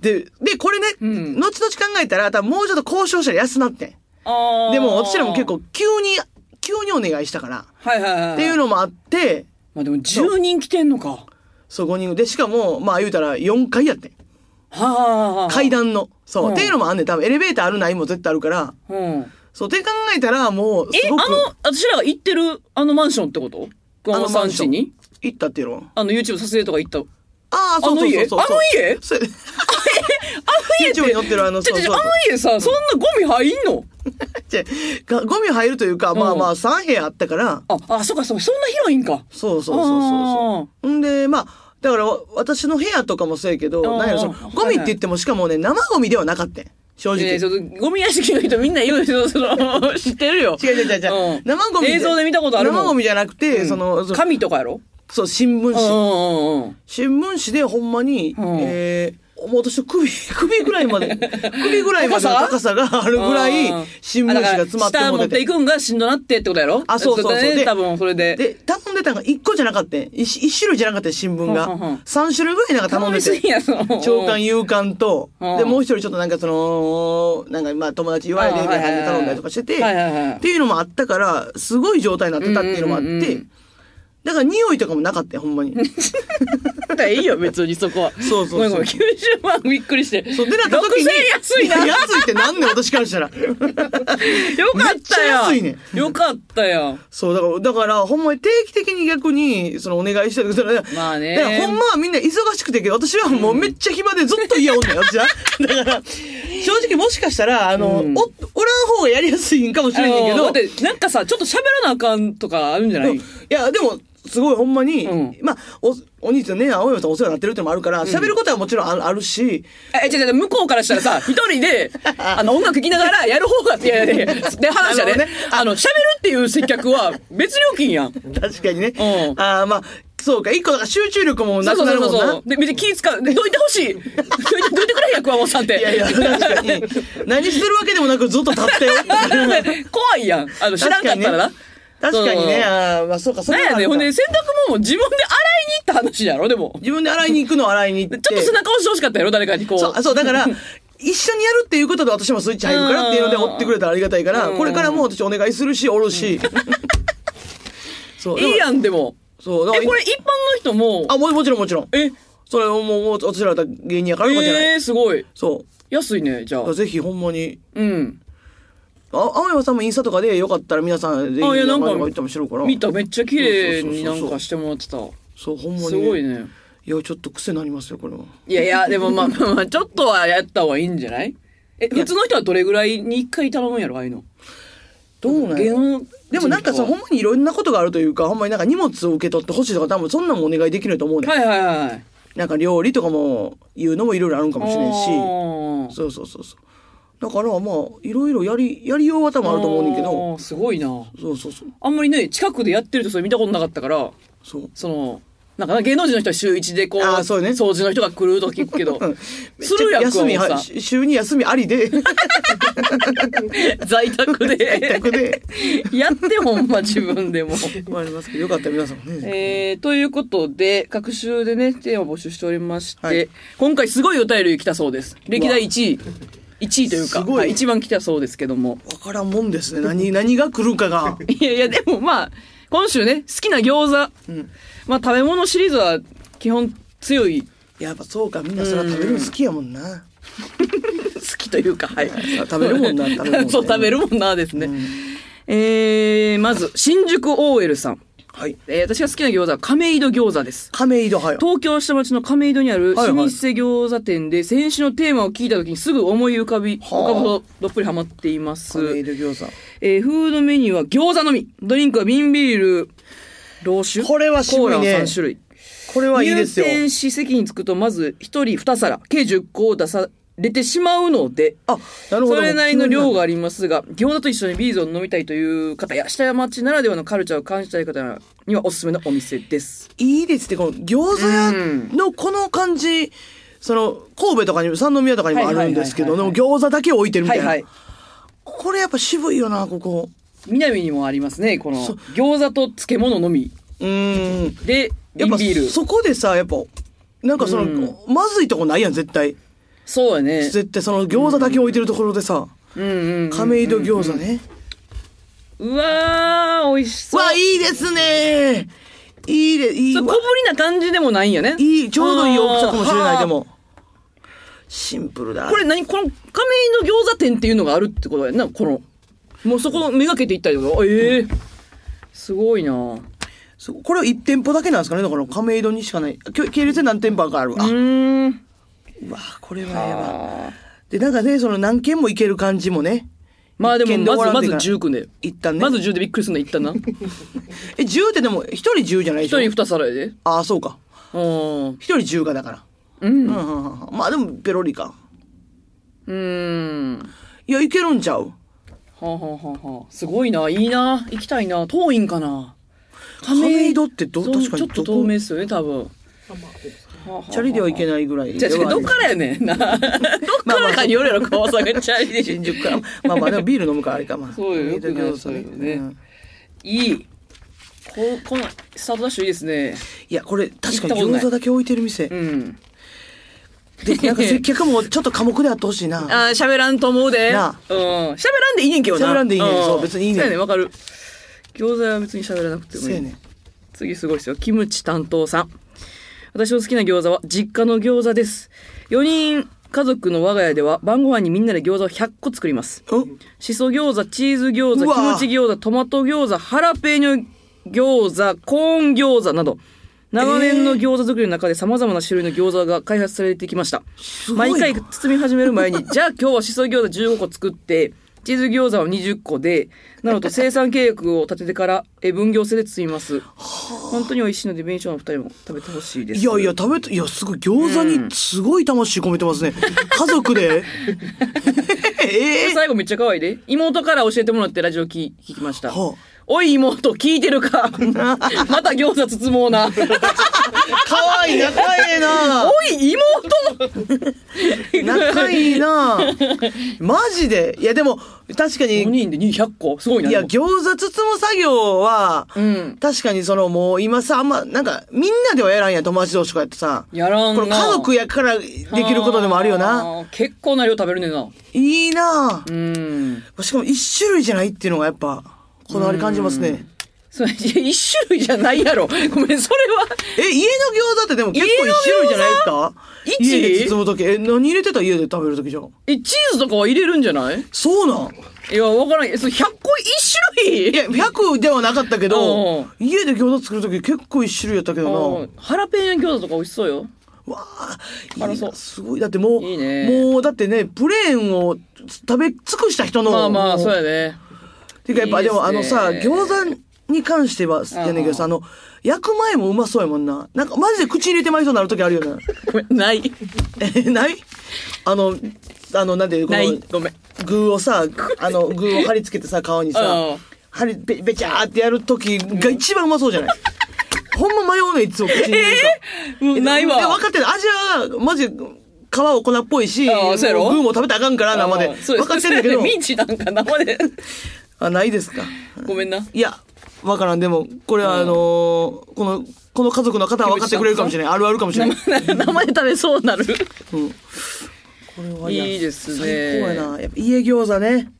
[SPEAKER 2] で、で、これね、
[SPEAKER 4] ん
[SPEAKER 2] 後々考えたら、多分もうちょっと交渉したら安なってん。
[SPEAKER 4] あー
[SPEAKER 2] でも、私らも結。構急に、急にお願いしたから、
[SPEAKER 4] はいはいはい。
[SPEAKER 2] っていう。のもあって、
[SPEAKER 4] まあでも、10人来てんのか。
[SPEAKER 2] そう5人で、しかも、まあ言うたら4回やってん。
[SPEAKER 4] はあはあはあ。
[SPEAKER 2] 階。段の。そう。
[SPEAKER 4] うん
[SPEAKER 2] っていうのもあんねん。多分エレベーターあるないも絶対あるから。
[SPEAKER 4] うん。
[SPEAKER 2] そう。って考えたら、もう、
[SPEAKER 4] え、
[SPEAKER 2] す
[SPEAKER 4] あ
[SPEAKER 2] ご
[SPEAKER 4] の
[SPEAKER 2] く。、
[SPEAKER 4] 私らが行ってる、あのマンションってこと熊本さん家に
[SPEAKER 2] 行ったっていうの
[SPEAKER 4] あの、YouTube 撮影とか行った。
[SPEAKER 2] ああ、そうそうそうそう。
[SPEAKER 4] あの家 あの家
[SPEAKER 2] そう
[SPEAKER 4] あの家って
[SPEAKER 2] YouTube に載ってるあの
[SPEAKER 4] ちょちょちょ
[SPEAKER 2] そうそう
[SPEAKER 4] あの家さ、そんなゴミ入んの
[SPEAKER 2] じゃがゴミ入るというか、まあまあ、3部屋あったから、
[SPEAKER 4] あ、あ、そうかそうか、そんな広いんか。
[SPEAKER 2] そうそうそうそうそう。んで、まあ、だから、わ私の部屋とかもそうやけど、
[SPEAKER 4] あー
[SPEAKER 2] なんやろ、その、ゴミって言っても、しかもね、生ゴミではなかったん正直。
[SPEAKER 4] えーそのゴミ屋敷の人みんな言うでしょ、その、 知ってるよ。
[SPEAKER 2] 違う違う違う違う。
[SPEAKER 4] うん
[SPEAKER 2] 生ゴミ。
[SPEAKER 4] 映像で見たことあるもん
[SPEAKER 2] 生ゴミじゃなくて、その、そう
[SPEAKER 4] 紙とかやろ
[SPEAKER 2] そう、新聞
[SPEAKER 4] うんう
[SPEAKER 2] 紙。
[SPEAKER 4] んうんうん。
[SPEAKER 2] 新聞紙でほんまに、
[SPEAKER 4] うん
[SPEAKER 2] えーもう私の首、 首ぐらいまで、首ぐらいまでの高
[SPEAKER 4] 高
[SPEAKER 2] さがあるぐら
[SPEAKER 4] うん
[SPEAKER 2] い、新聞紙が詰まって
[SPEAKER 4] あだか
[SPEAKER 2] も
[SPEAKER 4] ら下持
[SPEAKER 2] う
[SPEAKER 4] って
[SPEAKER 2] て
[SPEAKER 4] いくんがしんどなってってことやろ
[SPEAKER 2] あ、そうそう
[SPEAKER 4] だ
[SPEAKER 2] そ
[SPEAKER 4] ね
[SPEAKER 2] う。で
[SPEAKER 4] 多分それで。
[SPEAKER 2] で、頼んでたのが1個じゃなかったん。1, 一種類じゃなかったん新聞
[SPEAKER 4] ほんほんほ
[SPEAKER 2] が
[SPEAKER 4] ん。
[SPEAKER 2] 3種類ぐらいなんか頼んで
[SPEAKER 4] 頼みすぎ
[SPEAKER 2] て。
[SPEAKER 4] やろ
[SPEAKER 2] 長官、勇敢と、
[SPEAKER 4] うん
[SPEAKER 2] で、もう一人ちょっとなんかその、なんかまあ友達言われてみたいな感じで頼んだりとかしてて、
[SPEAKER 4] はいはいはい
[SPEAKER 2] っていうのもあったから、すごい状態になってたっていうのもあっ
[SPEAKER 4] うんうんうんう
[SPEAKER 2] て
[SPEAKER 4] ん、
[SPEAKER 2] だから匂いとかもなかったよ、ほんまに。
[SPEAKER 4] だからいいよ、別にそこは。
[SPEAKER 2] そうそうそう
[SPEAKER 4] ごめんごめん、90万びっくりして。
[SPEAKER 2] そう、でなった時に。
[SPEAKER 4] 6000安い な。よ
[SPEAKER 2] 安いってなんねん、私から したら。
[SPEAKER 4] か
[SPEAKER 2] め
[SPEAKER 4] っ
[SPEAKER 2] っちゃ
[SPEAKER 4] たよ。
[SPEAKER 2] 安いね
[SPEAKER 4] よかったよ。
[SPEAKER 2] そう、だから、だから、ほんまに定期的に逆に、その、お願いしたりとか、だから
[SPEAKER 4] まあね
[SPEAKER 2] だからほんまはみんな忙しくてやけど、私はもうめっちゃ暇でずっと家おんねん、私は。だから、正直もしかしたら、あの、
[SPEAKER 4] うん
[SPEAKER 2] お、おらん方がやりやすいんかもしれないけ
[SPEAKER 4] あ
[SPEAKER 2] ど
[SPEAKER 4] の、だって、なんかさ、ちょっと喋らなあかんとかあるんじゃない
[SPEAKER 2] うんいや、でも、すごいほんまに、
[SPEAKER 4] うん
[SPEAKER 2] まあ、お、お兄ちゃんね、青山さんお世話になってるってのもあるから、喋ることはもちろんあるあるし、
[SPEAKER 4] え、違う違う、向こうからしたらさ、一人で、あの、音楽聴きながらやる方が、いやいやいや、で、話は
[SPEAKER 2] なるほどね
[SPEAKER 4] ね、あの、喋るっていう接客は別料金やん。
[SPEAKER 2] 確かにね。
[SPEAKER 4] うん
[SPEAKER 2] ああ、まあ、そうか、一個だから集中力もなくなるもんな。
[SPEAKER 4] で、別に気使う。でどいてほしい。どいて、どいてくれや、桑本さんって。
[SPEAKER 2] い やいや、確かに。何してるわけでもなくずっと立ってよ。
[SPEAKER 4] 怖いやん。あの、知らんかったらな。
[SPEAKER 2] 確かにね、
[SPEAKER 4] そう
[SPEAKER 2] あーまあそうか、そ
[SPEAKER 4] なん
[SPEAKER 2] れ
[SPEAKER 4] や
[SPEAKER 2] はあ
[SPEAKER 4] ね
[SPEAKER 2] るか
[SPEAKER 4] んほんで、洗濯物も自分で洗いに行った話やろ、でも。
[SPEAKER 2] 自分で洗いに行くのは洗いに行
[SPEAKER 4] で
[SPEAKER 2] って。
[SPEAKER 4] ちょっと背中押してほしかったやろ、誰かにこう。
[SPEAKER 2] そう、あそう、だから、一緒にやるっていうことで私もスイッチ入るからっていうので
[SPEAKER 4] うん
[SPEAKER 2] 追ってくれたらありがたいから、
[SPEAKER 4] うん
[SPEAKER 2] これからも私お願いするし、おるし。そう、
[SPEAKER 4] いいや
[SPEAKER 2] ん。
[SPEAKER 4] ん、でも。
[SPEAKER 2] そう、だか
[SPEAKER 4] え、
[SPEAKER 2] ら
[SPEAKER 4] これ一般の人も、
[SPEAKER 2] あ、ももちろんもちろん。
[SPEAKER 4] え、
[SPEAKER 2] それももう私らだ芸人やからとかじゃない。
[SPEAKER 4] えー、すごい。
[SPEAKER 2] そう。
[SPEAKER 4] 安いね、じゃあ
[SPEAKER 2] だから。ぜひほんまに。
[SPEAKER 4] うん。
[SPEAKER 2] あ、青山さんもインスタとかでよかったら皆さんで、
[SPEAKER 4] あいやなんか
[SPEAKER 2] 言ってもしてるから。
[SPEAKER 4] 見た、めっちゃ綺麗になんかしてもらってた。
[SPEAKER 2] そう、ほんまに。
[SPEAKER 4] すごい。ね。
[SPEAKER 2] いや、ちょっと癖になりますよ、これは。
[SPEAKER 4] いやいや、でもまあまあまあ、ちょっとはやった方がいいんじゃないえ、普通の人はどれぐらいに一回頼むんやろ、ああいうの。
[SPEAKER 2] どうなんや
[SPEAKER 4] 芸能人
[SPEAKER 2] でもなんかさ、
[SPEAKER 4] と
[SPEAKER 2] ほんまにいろんなことがあるというか、ほんまになんか荷物を受け取ってほしいとか、多分そんなんもお願いできると思うねん、
[SPEAKER 4] はいはいはい。
[SPEAKER 2] なんか料理とかも言うのもいろいろあるんかもしれんし。
[SPEAKER 4] し。
[SPEAKER 2] そうそうそうそう。だからまあ、いろいろやり、やりようは多分あると思うねんけど。
[SPEAKER 4] あー。すごいな。
[SPEAKER 2] そうそうそう。
[SPEAKER 4] あんまりね、近くでやってるとそれ見たことなかったから、
[SPEAKER 2] そう。
[SPEAKER 4] その、なんかな芸能人の人は週一でこう、
[SPEAKER 2] あーそうね
[SPEAKER 4] 掃除の人が来ると聞 くけど
[SPEAKER 2] うん、
[SPEAKER 4] するやん、
[SPEAKER 2] 休み
[SPEAKER 4] 桑
[SPEAKER 2] は、
[SPEAKER 4] 本さ
[SPEAKER 2] し週に休みありで、
[SPEAKER 4] ん在宅で。
[SPEAKER 2] 逆で。
[SPEAKER 4] やってほんま自分でも。
[SPEAKER 2] まあありますけど、よかったら皆さんもね。
[SPEAKER 4] えー、ということで、各週でね、テーマ募集しておりまして、
[SPEAKER 2] はい
[SPEAKER 4] 今回すごいお便り来たそうです。歴代1位。1位という
[SPEAKER 2] す
[SPEAKER 4] か、
[SPEAKER 2] ごい
[SPEAKER 4] はい、一番来たそうですけども。
[SPEAKER 2] わからんもんですね。何、何が来るか が。
[SPEAKER 4] いやいや、でもまあ、今週ね、好きな餃子。
[SPEAKER 2] うん
[SPEAKER 4] まあ、食べ物シリーズは基本強い、
[SPEAKER 2] やっぱそうか、みんなそれは食べるの好きやもんな。
[SPEAKER 4] 好きというか、はい。
[SPEAKER 2] 食べるもんな食べるもんね
[SPEAKER 4] そう、食べるもんなですね。えー、まず、新宿 OL さん。
[SPEAKER 2] はい。
[SPEAKER 4] えー、私が好きな餃子は亀戸餃子です。
[SPEAKER 2] 亀戸はい。
[SPEAKER 4] 東京下町の亀戸にある老
[SPEAKER 2] はい
[SPEAKER 4] 舗
[SPEAKER 2] はい
[SPEAKER 4] 餃子店で、先週のテーマを聞いた時にすぐ思い浮かび、
[SPEAKER 2] あ
[SPEAKER 4] 他もどっぷりハマっています。
[SPEAKER 2] 亀戸餃子。
[SPEAKER 4] えー、フードメニューは餃子のみ、ドリンクは瓶ビール、老酒、
[SPEAKER 2] これは渋いね
[SPEAKER 4] コーラの3種類。
[SPEAKER 2] これはいいですよ。
[SPEAKER 4] 入店し席に着くと、まず1人2皿、計10個を出されてしまうので、
[SPEAKER 2] あ、なるほど。
[SPEAKER 4] それなりの量がありますが、餃子と一緒にビールを飲みたいという方や、下町ならではのカルチャーを感じたい方にはおすすめのお店です。
[SPEAKER 2] いいですって、この餃子屋のこの感じ、その、神戸とかにも、三宮とかにもあるんですけど、
[SPEAKER 4] はい
[SPEAKER 2] で
[SPEAKER 4] はいはいは
[SPEAKER 2] も
[SPEAKER 4] い
[SPEAKER 2] 餃子だけ置いてるみ
[SPEAKER 4] は
[SPEAKER 2] たい
[SPEAKER 4] い
[SPEAKER 2] な。
[SPEAKER 4] はい。
[SPEAKER 2] これやっぱ渋いよな、ここ。
[SPEAKER 4] 南にもありますね、この餃子と漬物のみ
[SPEAKER 2] うーん。
[SPEAKER 4] で、
[SPEAKER 2] や
[SPEAKER 4] 瓶
[SPEAKER 2] っぱ
[SPEAKER 4] ビール。そ
[SPEAKER 2] そこでさ、やっぱ、なんかその、まずいとこないやん、絶対。
[SPEAKER 4] うやね。
[SPEAKER 2] 絶対その餃子だけ置いてるところでさ、
[SPEAKER 4] うんうん。
[SPEAKER 2] 亀戸餃子ね。
[SPEAKER 4] うわー、美味しそう。
[SPEAKER 2] わ、いいですねいいで、いい
[SPEAKER 4] そう
[SPEAKER 2] わ
[SPEAKER 4] 小ぶ。りな感じでもないんやね。
[SPEAKER 2] いい、ちょうどいい大きさかもしれ
[SPEAKER 4] あ
[SPEAKER 2] な
[SPEAKER 4] ー
[SPEAKER 2] い、で。も。シンプルだ。
[SPEAKER 4] これ何この亀井の餃子店っていうのがあるってことやんな、この。もうそこをめがけていったりとか。ええすごいなう
[SPEAKER 2] そうこれは1店舗だけなんですかねだから亀戸にしかない。きょ系列で何店舗かあるわ。
[SPEAKER 4] ーん。
[SPEAKER 2] うわこれはええわ。
[SPEAKER 4] あー
[SPEAKER 2] で、なんかね、その何軒も行ける感じもね。
[SPEAKER 4] まあで
[SPEAKER 2] 一
[SPEAKER 4] も、
[SPEAKER 2] 軒で終わらん
[SPEAKER 4] ま
[SPEAKER 2] で
[SPEAKER 4] ず、
[SPEAKER 2] か
[SPEAKER 4] ま
[SPEAKER 2] ら
[SPEAKER 4] ず10組で。
[SPEAKER 2] 一旦ね。
[SPEAKER 4] まず10でびっくりすんな、一 旦な。一
[SPEAKER 2] え、10ってでも、1人10じゃないでしょ
[SPEAKER 4] 人二皿やで。
[SPEAKER 2] ああ、そうか。
[SPEAKER 4] うん。
[SPEAKER 2] 1人10がだから。
[SPEAKER 4] うん。
[SPEAKER 2] う
[SPEAKER 4] うん
[SPEAKER 2] うんうんうん。まあでも、ペロリか。
[SPEAKER 4] ーん。
[SPEAKER 2] いや、行けるんちゃう
[SPEAKER 4] はあ、はあはあはあ、すごいな、いいな、行きたいな、遠いんかな。
[SPEAKER 2] 亀戸ってど
[SPEAKER 4] そう
[SPEAKER 2] 確かに
[SPEAKER 4] ちょっと
[SPEAKER 2] どこ
[SPEAKER 4] 透明っすよね、多分。
[SPEAKER 2] チャリではいけないぐらい
[SPEAKER 4] じ
[SPEAKER 2] で
[SPEAKER 4] ゃあ、
[SPEAKER 2] はあ
[SPEAKER 4] どっ
[SPEAKER 2] る
[SPEAKER 4] からやね んな。どっからかによるやろ、川さんがチャリで。
[SPEAKER 2] 新 宿からまあまあでもビール飲むからあれかまあ
[SPEAKER 4] そうよ
[SPEAKER 2] ミート餃子
[SPEAKER 4] よくないそうよね
[SPEAKER 2] うん
[SPEAKER 4] いい。こう、この、スタートダッシュいいですね。
[SPEAKER 2] いやこれ確か
[SPEAKER 4] 行った
[SPEAKER 2] に
[SPEAKER 4] ことない
[SPEAKER 2] 餃子だけ置いてる 店
[SPEAKER 4] うん。
[SPEAKER 2] でなんか接客もちょっと寡黙であってほしいな
[SPEAKER 4] あー、喋らんと思うで。うん。
[SPEAKER 2] なあ
[SPEAKER 4] 喋らんでいいねんけどな。
[SPEAKER 2] 喋らんでいいねんそう別にいいねん
[SPEAKER 4] そうやねん、わかる。餃子は別に喋らなくても
[SPEAKER 2] せ
[SPEAKER 4] いい。
[SPEAKER 2] やねん
[SPEAKER 4] 次すごいですよ。キムチ担当さん。私の好きな餃子は実家の餃子です。4人家族の我が家では晩ご飯にみんなで餃子を100個作ります。
[SPEAKER 2] お
[SPEAKER 4] しそ餃子、チーズ餃
[SPEAKER 2] う
[SPEAKER 4] 子、
[SPEAKER 2] わ
[SPEAKER 4] キムチ餃子、トマト餃子、ハラペーニョ餃子、コーン餃子など、長年の餃子作りの中で様々な種類の餃子が開発されてきました。
[SPEAKER 2] ごい
[SPEAKER 4] 毎
[SPEAKER 2] な
[SPEAKER 4] 回包み始める 前に、じゃあ今日はしそ餃子15個作って、チーズ餃子は20個で、などと生産契約を立ててから、え分業制で包みます。本当に美味しいので、弁償のお二人も食べてほしいです。
[SPEAKER 2] いやいや、食べていやすごい餃子にすごい魂込めてますね、家族で ええ
[SPEAKER 4] 最後めっちゃ可愛いで。妹から教えてもらってラジオ聞き聞きました。
[SPEAKER 2] はあ
[SPEAKER 4] おい妹、聞いてるかまた餃子包もうな。
[SPEAKER 2] 可愛い仲ええな
[SPEAKER 4] おい妹
[SPEAKER 2] 仲いいなマジでいやでも確かに
[SPEAKER 4] !5 人で200個すごいな。
[SPEAKER 2] いや
[SPEAKER 4] で
[SPEAKER 2] 餃子包む作業は、
[SPEAKER 4] もうん。
[SPEAKER 2] 確かにそのもう今さあんまなんかみんなではやらんや友達同士とかやってさ
[SPEAKER 4] やらんな
[SPEAKER 2] これ家族やからできることでもあるよな。
[SPEAKER 4] あー結構な量食べるねんな。
[SPEAKER 2] いいな
[SPEAKER 4] うん。
[SPEAKER 2] しかも一種類じゃないっていうのがやっぱこだわり感じますね
[SPEAKER 4] それ、いや一種類じゃないやろ。ごめん、それ
[SPEAKER 2] え家の餃子ってでも結構
[SPEAKER 4] 家の餃子
[SPEAKER 2] 一種類じゃないですか
[SPEAKER 4] 一
[SPEAKER 2] 家で包む時え何入れてた家で食べる時じゃん
[SPEAKER 4] は。え、チーズとかは入れるんじゃない
[SPEAKER 2] そうなん
[SPEAKER 4] いや、わからん。え、それ100個一種類
[SPEAKER 2] いや100ではなかったけ
[SPEAKER 4] う
[SPEAKER 2] ど
[SPEAKER 4] ん
[SPEAKER 2] 家で餃子作る時結構一種類やったけ
[SPEAKER 4] あ
[SPEAKER 2] どな
[SPEAKER 4] ーハラペーニョ餃子とか美味しそうよ。
[SPEAKER 2] わあ
[SPEAKER 4] 辛
[SPEAKER 2] いい
[SPEAKER 4] そう
[SPEAKER 2] なすごいだってもう
[SPEAKER 4] いいね
[SPEAKER 2] もうだってねプレーンを食べ尽くした人の
[SPEAKER 4] まあま
[SPEAKER 2] も
[SPEAKER 4] あ、そうやね。
[SPEAKER 2] ていうかやっぱ
[SPEAKER 4] いいで
[SPEAKER 2] です
[SPEAKER 4] ね
[SPEAKER 2] もあのさ餃子に関してはやねんけどさあの焼く前もうまそうやもんななんかマジで口入れてまいそうになる 時あるよね
[SPEAKER 4] ごめん、ない。
[SPEAKER 2] えないあのあのなんでこ
[SPEAKER 4] ない。
[SPEAKER 2] の
[SPEAKER 4] ごめん。
[SPEAKER 2] 具をさあの具を貼り付けてさ顔に
[SPEAKER 4] う
[SPEAKER 2] さ
[SPEAKER 4] ん
[SPEAKER 2] 貼りべべちゃーってやる時が一番うまそうじ ゃない、ほんま迷うねんいつも口に入れるから
[SPEAKER 4] もうないわ。
[SPEAKER 2] で分かってる。味は、マジ、皮を粉っぽいし、
[SPEAKER 4] あーそうやろ
[SPEAKER 2] もう具も食べたらあかんから、生で。
[SPEAKER 4] あーそう
[SPEAKER 2] 分かってんだけ
[SPEAKER 4] そ
[SPEAKER 2] ど
[SPEAKER 4] う。ミンチなんか生で。
[SPEAKER 2] あ、ないですか。
[SPEAKER 4] ごめんな。
[SPEAKER 2] いや、分からん。でも、これはあのーこの、この家族の方は分かってくれるかもしれない。あるあるかもしれない。
[SPEAKER 4] 生で食べそうになる。
[SPEAKER 2] これはい
[SPEAKER 4] い
[SPEAKER 2] や
[SPEAKER 4] です
[SPEAKER 2] 最高や
[SPEAKER 4] ね。
[SPEAKER 2] な。やっぱ家餃子ね。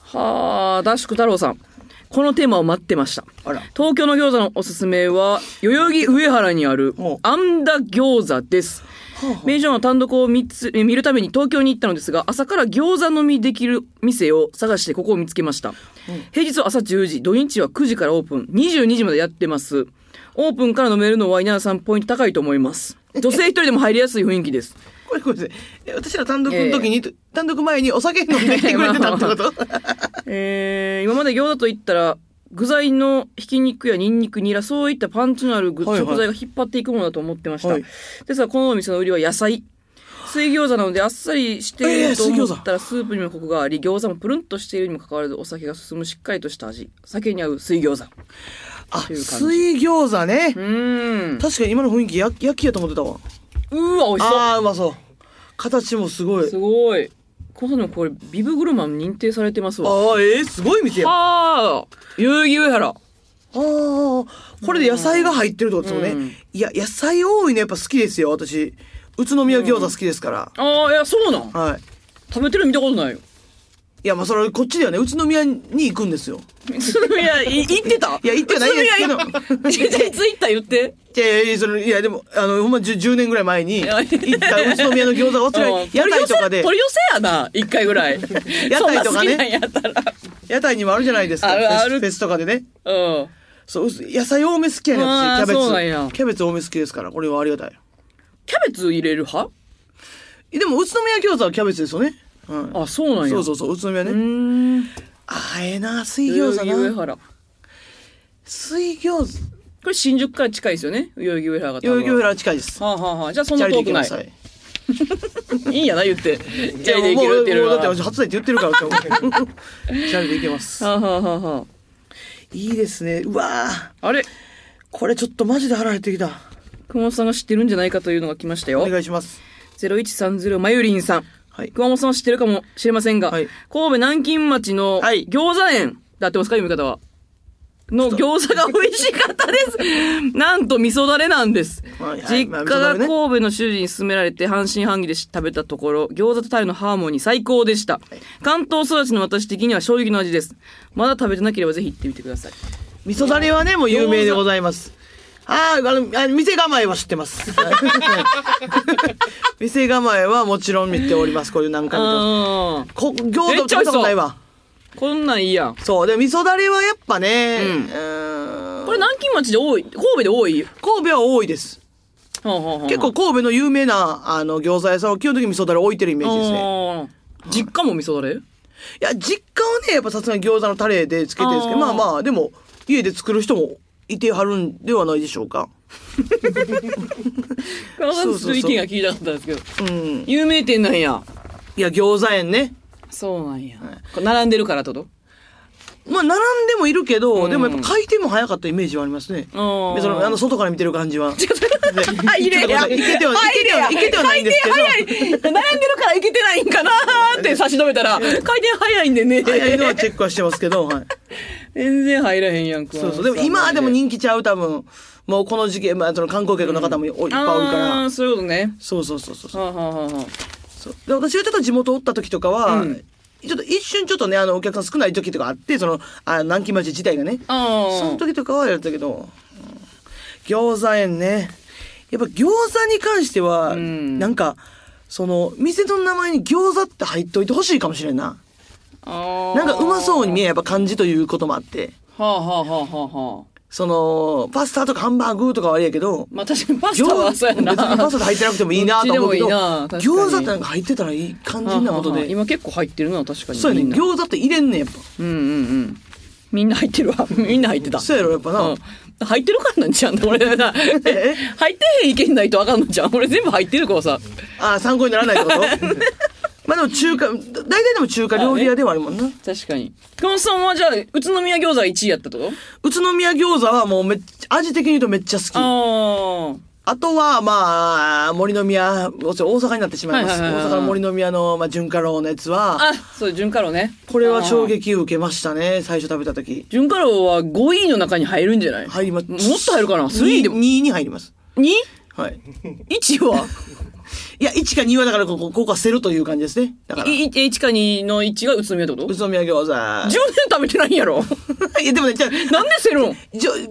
[SPEAKER 4] はあ、ダッシュク太郎さん。このテーマを待ってました。東京の餃子のおすすめは、代々木上原にある
[SPEAKER 2] ほう、
[SPEAKER 4] あんだ餃子です。名所の単独を見つ見るために東京に行ったのですが、朝から餃子飲みできる店を探してここを見つけました。平日は朝10時、土日は9時からオープン、22時までやってます。オープンから飲めるのは稲田さんポイント高いと思います。女性一人でも入りやすい雰囲気です。
[SPEAKER 2] これこれで、え私ら単独の時に、単独前にお酒飲んできてくれてたってこと
[SPEAKER 4] えー今まで餃子といったら具材のひき肉やニンニクニラそういったパンチのある具、
[SPEAKER 2] はいはい
[SPEAKER 4] 食材が引っ張っていくものだと思ってました、
[SPEAKER 2] はい
[SPEAKER 4] ですがこのお店の売りは野菜水餃子なのであっさりしてい
[SPEAKER 2] えー
[SPEAKER 4] ると
[SPEAKER 2] 水
[SPEAKER 4] 思
[SPEAKER 2] 餃子
[SPEAKER 4] ったらスープにもコクがあり餃子もプルンとしているにもかかわらずお酒が進むしっかりとした味酒に合う水餃子
[SPEAKER 2] あ、
[SPEAKER 4] いう感じ
[SPEAKER 2] 水餃子ね。
[SPEAKER 4] うーん
[SPEAKER 2] 確かに今の雰囲気焼き焼きやと思ってたわ。
[SPEAKER 4] うわ美味しそう
[SPEAKER 2] ああ、うまそう。形もすごい
[SPEAKER 4] す。ごいこのでもこれビブグルマン認定されてますわ
[SPEAKER 2] ああ、えー、すごい店や。
[SPEAKER 4] ああ代々木上原
[SPEAKER 2] ああ、これで野菜が入ってるってことですよね。
[SPEAKER 4] うん
[SPEAKER 2] いや、野菜多いのやっぱ好きですよ、私。宇都宮餃子好きですから。
[SPEAKER 4] ああいやそうなん
[SPEAKER 2] はい。
[SPEAKER 4] 食べてるの見たことないよ
[SPEAKER 2] いや、まあ、それはこっちだよね。宇都宮に行くんですよ。
[SPEAKER 4] 宇都宮い行ってた
[SPEAKER 2] いや行ってはないですけど
[SPEAKER 4] 宇都宮いじゃあツイッター言って
[SPEAKER 2] いやいや、その、いや、でも、あの、ほんま 10, 10年ぐらい前に、行
[SPEAKER 4] や
[SPEAKER 2] った宇都宮の餃子を忘
[SPEAKER 4] う
[SPEAKER 2] れ
[SPEAKER 4] ん、
[SPEAKER 2] 屋台とかで、
[SPEAKER 4] 取り寄せ取り寄せやな一回ぐらい
[SPEAKER 2] 屋台とかね
[SPEAKER 4] そんな好きなんやったら
[SPEAKER 2] 屋台にもあるじゃないですか。
[SPEAKER 4] ある
[SPEAKER 2] フェス
[SPEAKER 4] ある
[SPEAKER 2] フェスとかでね。
[SPEAKER 4] うん
[SPEAKER 2] そう、うす野菜多め好きやね
[SPEAKER 4] あ
[SPEAKER 2] 私、
[SPEAKER 4] ー
[SPEAKER 2] キ
[SPEAKER 4] そうなん
[SPEAKER 2] ャ
[SPEAKER 4] や
[SPEAKER 2] ベツ。キャベツ多め好きですから、これはありがたい。
[SPEAKER 4] キャベツ入れる派
[SPEAKER 2] でも、宇都宮餃子はキャベツですよね。うん。
[SPEAKER 4] あそうなんや
[SPEAKER 2] そうそうそう、宇都宮ね。
[SPEAKER 4] ん
[SPEAKER 2] ああ、ええな、水
[SPEAKER 4] 餃
[SPEAKER 2] 餃子
[SPEAKER 4] 子上
[SPEAKER 2] な。
[SPEAKER 4] 原こ
[SPEAKER 2] 水餃子。
[SPEAKER 4] れ新宿から近いですよね代々木上原が多
[SPEAKER 2] 代
[SPEAKER 4] 分
[SPEAKER 2] 々木上原近いです。
[SPEAKER 4] はあ、はあはあ、じゃあそん
[SPEAKER 2] チャ
[SPEAKER 4] な
[SPEAKER 2] リで
[SPEAKER 4] 遠
[SPEAKER 2] 行き
[SPEAKER 4] く
[SPEAKER 2] な
[SPEAKER 4] ない
[SPEAKER 2] さい。
[SPEAKER 4] いいんやな言ってじゃあ
[SPEAKER 2] も
[SPEAKER 4] で
[SPEAKER 2] う
[SPEAKER 4] き
[SPEAKER 2] も
[SPEAKER 4] る
[SPEAKER 2] う
[SPEAKER 4] っていうの
[SPEAKER 2] もうだ
[SPEAKER 4] は
[SPEAKER 2] って私初台って言ってるから今日 チャリで行けます。
[SPEAKER 4] はあはあはあはあ
[SPEAKER 2] いいですね。うわー
[SPEAKER 4] あれ
[SPEAKER 2] これちょっとマジで腹減ってきた。
[SPEAKER 4] 熊本さんが知ってるんじゃないかというのが来ましたよ
[SPEAKER 2] お。願いします。
[SPEAKER 4] 0130まゆりんさん。
[SPEAKER 2] はい。
[SPEAKER 4] 熊本さんは知ってるかもしれませんが、
[SPEAKER 2] はい
[SPEAKER 4] 神戸南京町の
[SPEAKER 2] はい
[SPEAKER 4] 餃子園、だってますか読み方は。の餃子が美味しかったです。 なんと味噌だれなんです。
[SPEAKER 2] はいはい
[SPEAKER 4] 実家
[SPEAKER 2] まあ味
[SPEAKER 4] が
[SPEAKER 2] 噌だれね
[SPEAKER 4] 神戸の主人に勧められて半信半疑で食べたところ、餃子とタレのハーモニー最高でした。関東育ちの私的には衝撃の味です。まだ食べてなければぜひ行ってみてください。
[SPEAKER 2] 味噌だれはね、もう有名でございます。あーあの、あ店構えは知って ます。はい店構えはもちろん見ております。こういう何回も。
[SPEAKER 4] あー
[SPEAKER 2] こ餃子
[SPEAKER 4] めっ
[SPEAKER 2] 食べ
[SPEAKER 4] ちゃ
[SPEAKER 2] た
[SPEAKER 4] 美味しそう
[SPEAKER 2] ことないわ。
[SPEAKER 4] こんなんいいやん。
[SPEAKER 2] そう。で、味噌だれはやっぱね、
[SPEAKER 4] うん
[SPEAKER 2] うーん
[SPEAKER 4] これ南京町で多い、神戸で多い。
[SPEAKER 2] 神戸は多いです。
[SPEAKER 4] ほうほうほう
[SPEAKER 2] 結構神戸の有名な、あの、餃子屋さんは基本的に味噌だれ置いてるイメージですね。
[SPEAKER 4] あー実家も味噌だれ
[SPEAKER 2] いや、実家はね、やっぱさすがに餃子のタレでつけてるんですけど、ま
[SPEAKER 4] あー
[SPEAKER 2] あまあ、でも、家で作る人もいてはるんではないでしょうか。そ
[SPEAKER 4] 熊さんの
[SPEAKER 2] うそうそう
[SPEAKER 4] 意見が聞いたかったんですけど。
[SPEAKER 2] うん。
[SPEAKER 4] 有名店なんや。
[SPEAKER 2] いや、餃子園ね。
[SPEAKER 4] そうなんや。これ並んでるからってこと
[SPEAKER 2] まあ、並んでもいるけど、
[SPEAKER 4] うん
[SPEAKER 2] でもやっぱ回転も早かったイメージはありますね。
[SPEAKER 4] あー
[SPEAKER 2] その、あの、外から見てる感じは。
[SPEAKER 4] あ、いれや。
[SPEAKER 2] いけてはいけてはいけてはないんですけど
[SPEAKER 4] 回転早い。並んでるからいけてないんかなーって差し伸べ たら、回転早いんでね。
[SPEAKER 2] 早いのはチェックはしてますけど、はい。
[SPEAKER 4] 全然入らへんやん、熊
[SPEAKER 2] そう
[SPEAKER 4] 本
[SPEAKER 2] そ
[SPEAKER 4] さ。
[SPEAKER 2] うんでも今はでも人気ちゃう、多分。もうこの時期、まあ、その観光客の方もおいっぱいおるから。
[SPEAKER 4] あーそういうことね。
[SPEAKER 2] そうそうそうそう
[SPEAKER 4] は。あはあはあはあ
[SPEAKER 2] そうで私がちょっと地元おった時とかは、
[SPEAKER 4] うん
[SPEAKER 2] ちょっと一瞬ちょっとねあのお客さん少ない時とかあってそのあ南京町自体がね
[SPEAKER 4] あー。
[SPEAKER 2] その時とかはやったけど、うん餃子園ねやっぱ餃子に関しては、
[SPEAKER 4] ん
[SPEAKER 2] なんかその店の名前に餃子って入っといてほしいかもしれんな
[SPEAKER 4] あー
[SPEAKER 2] なんかうまそうに見えやっぱ感じということもあって
[SPEAKER 4] はあはあはあはあはあ。
[SPEAKER 2] そのパスタとかハンバーグとかはあれやけど
[SPEAKER 4] まあ確かにパス
[SPEAKER 2] 餃
[SPEAKER 4] タ
[SPEAKER 2] 子
[SPEAKER 4] はそうや
[SPEAKER 2] 別
[SPEAKER 4] な。
[SPEAKER 2] にパスタ入ってなくてもいいなと思うけど
[SPEAKER 4] どっちでもいいな確かに
[SPEAKER 2] 餃子ってなんか入ってたらいい感じなこと
[SPEAKER 4] はあはあはあ
[SPEAKER 2] で
[SPEAKER 4] 今結構入ってるな、確かに。
[SPEAKER 2] そうや
[SPEAKER 4] み
[SPEAKER 2] ね
[SPEAKER 4] んな
[SPEAKER 2] 餃子って入れんねんやっぱ。
[SPEAKER 4] うんうんうん。みんな入ってるわ。みんな入ってた。
[SPEAKER 2] そうやろ、やっぱな。
[SPEAKER 4] うん入ってるからなんちゃうんだ、 俺 な。入ってへん意見ないとあかんのじゃん。俺 全部入ってるからさ。
[SPEAKER 2] ああ、参考にならないってこと まあでも中華、だ大体でも中華料理屋ではあるもんな。
[SPEAKER 4] 確かに。熊本さんはじゃあ、宇都宮餃子1位やったと
[SPEAKER 2] 宇都宮餃子はもうめっちゃ、味的に言うとめっちゃ好き。あ
[SPEAKER 4] あ
[SPEAKER 2] とは、まあ、森の宮、ごめんなさい大阪になってしまいます。
[SPEAKER 4] はいはいはいはい
[SPEAKER 2] 大阪の森の宮の、まあ、純華楼のやつ
[SPEAKER 4] あ。
[SPEAKER 2] は、
[SPEAKER 4] あ、そう、純カロね。
[SPEAKER 2] これは衝
[SPEAKER 4] あー。
[SPEAKER 2] 撃を受けましたね、最初食べた時。
[SPEAKER 4] 純カロは5位の中に入るんじゃない
[SPEAKER 2] 入ります。
[SPEAKER 4] もっと入るかな ?3 でも。
[SPEAKER 2] 2に入ります。
[SPEAKER 4] 2?1
[SPEAKER 2] はい。
[SPEAKER 4] は
[SPEAKER 2] いや、1か2はだから、ここ、ここはセルという感じですね。だから、宇
[SPEAKER 4] いい ?1 か2の1が宇都宮ってこと ?10
[SPEAKER 2] 都宮餃子。
[SPEAKER 4] 年食べてないん やろ
[SPEAKER 2] いや、でもね、じゃあ
[SPEAKER 4] なんでセロン
[SPEAKER 2] じょ10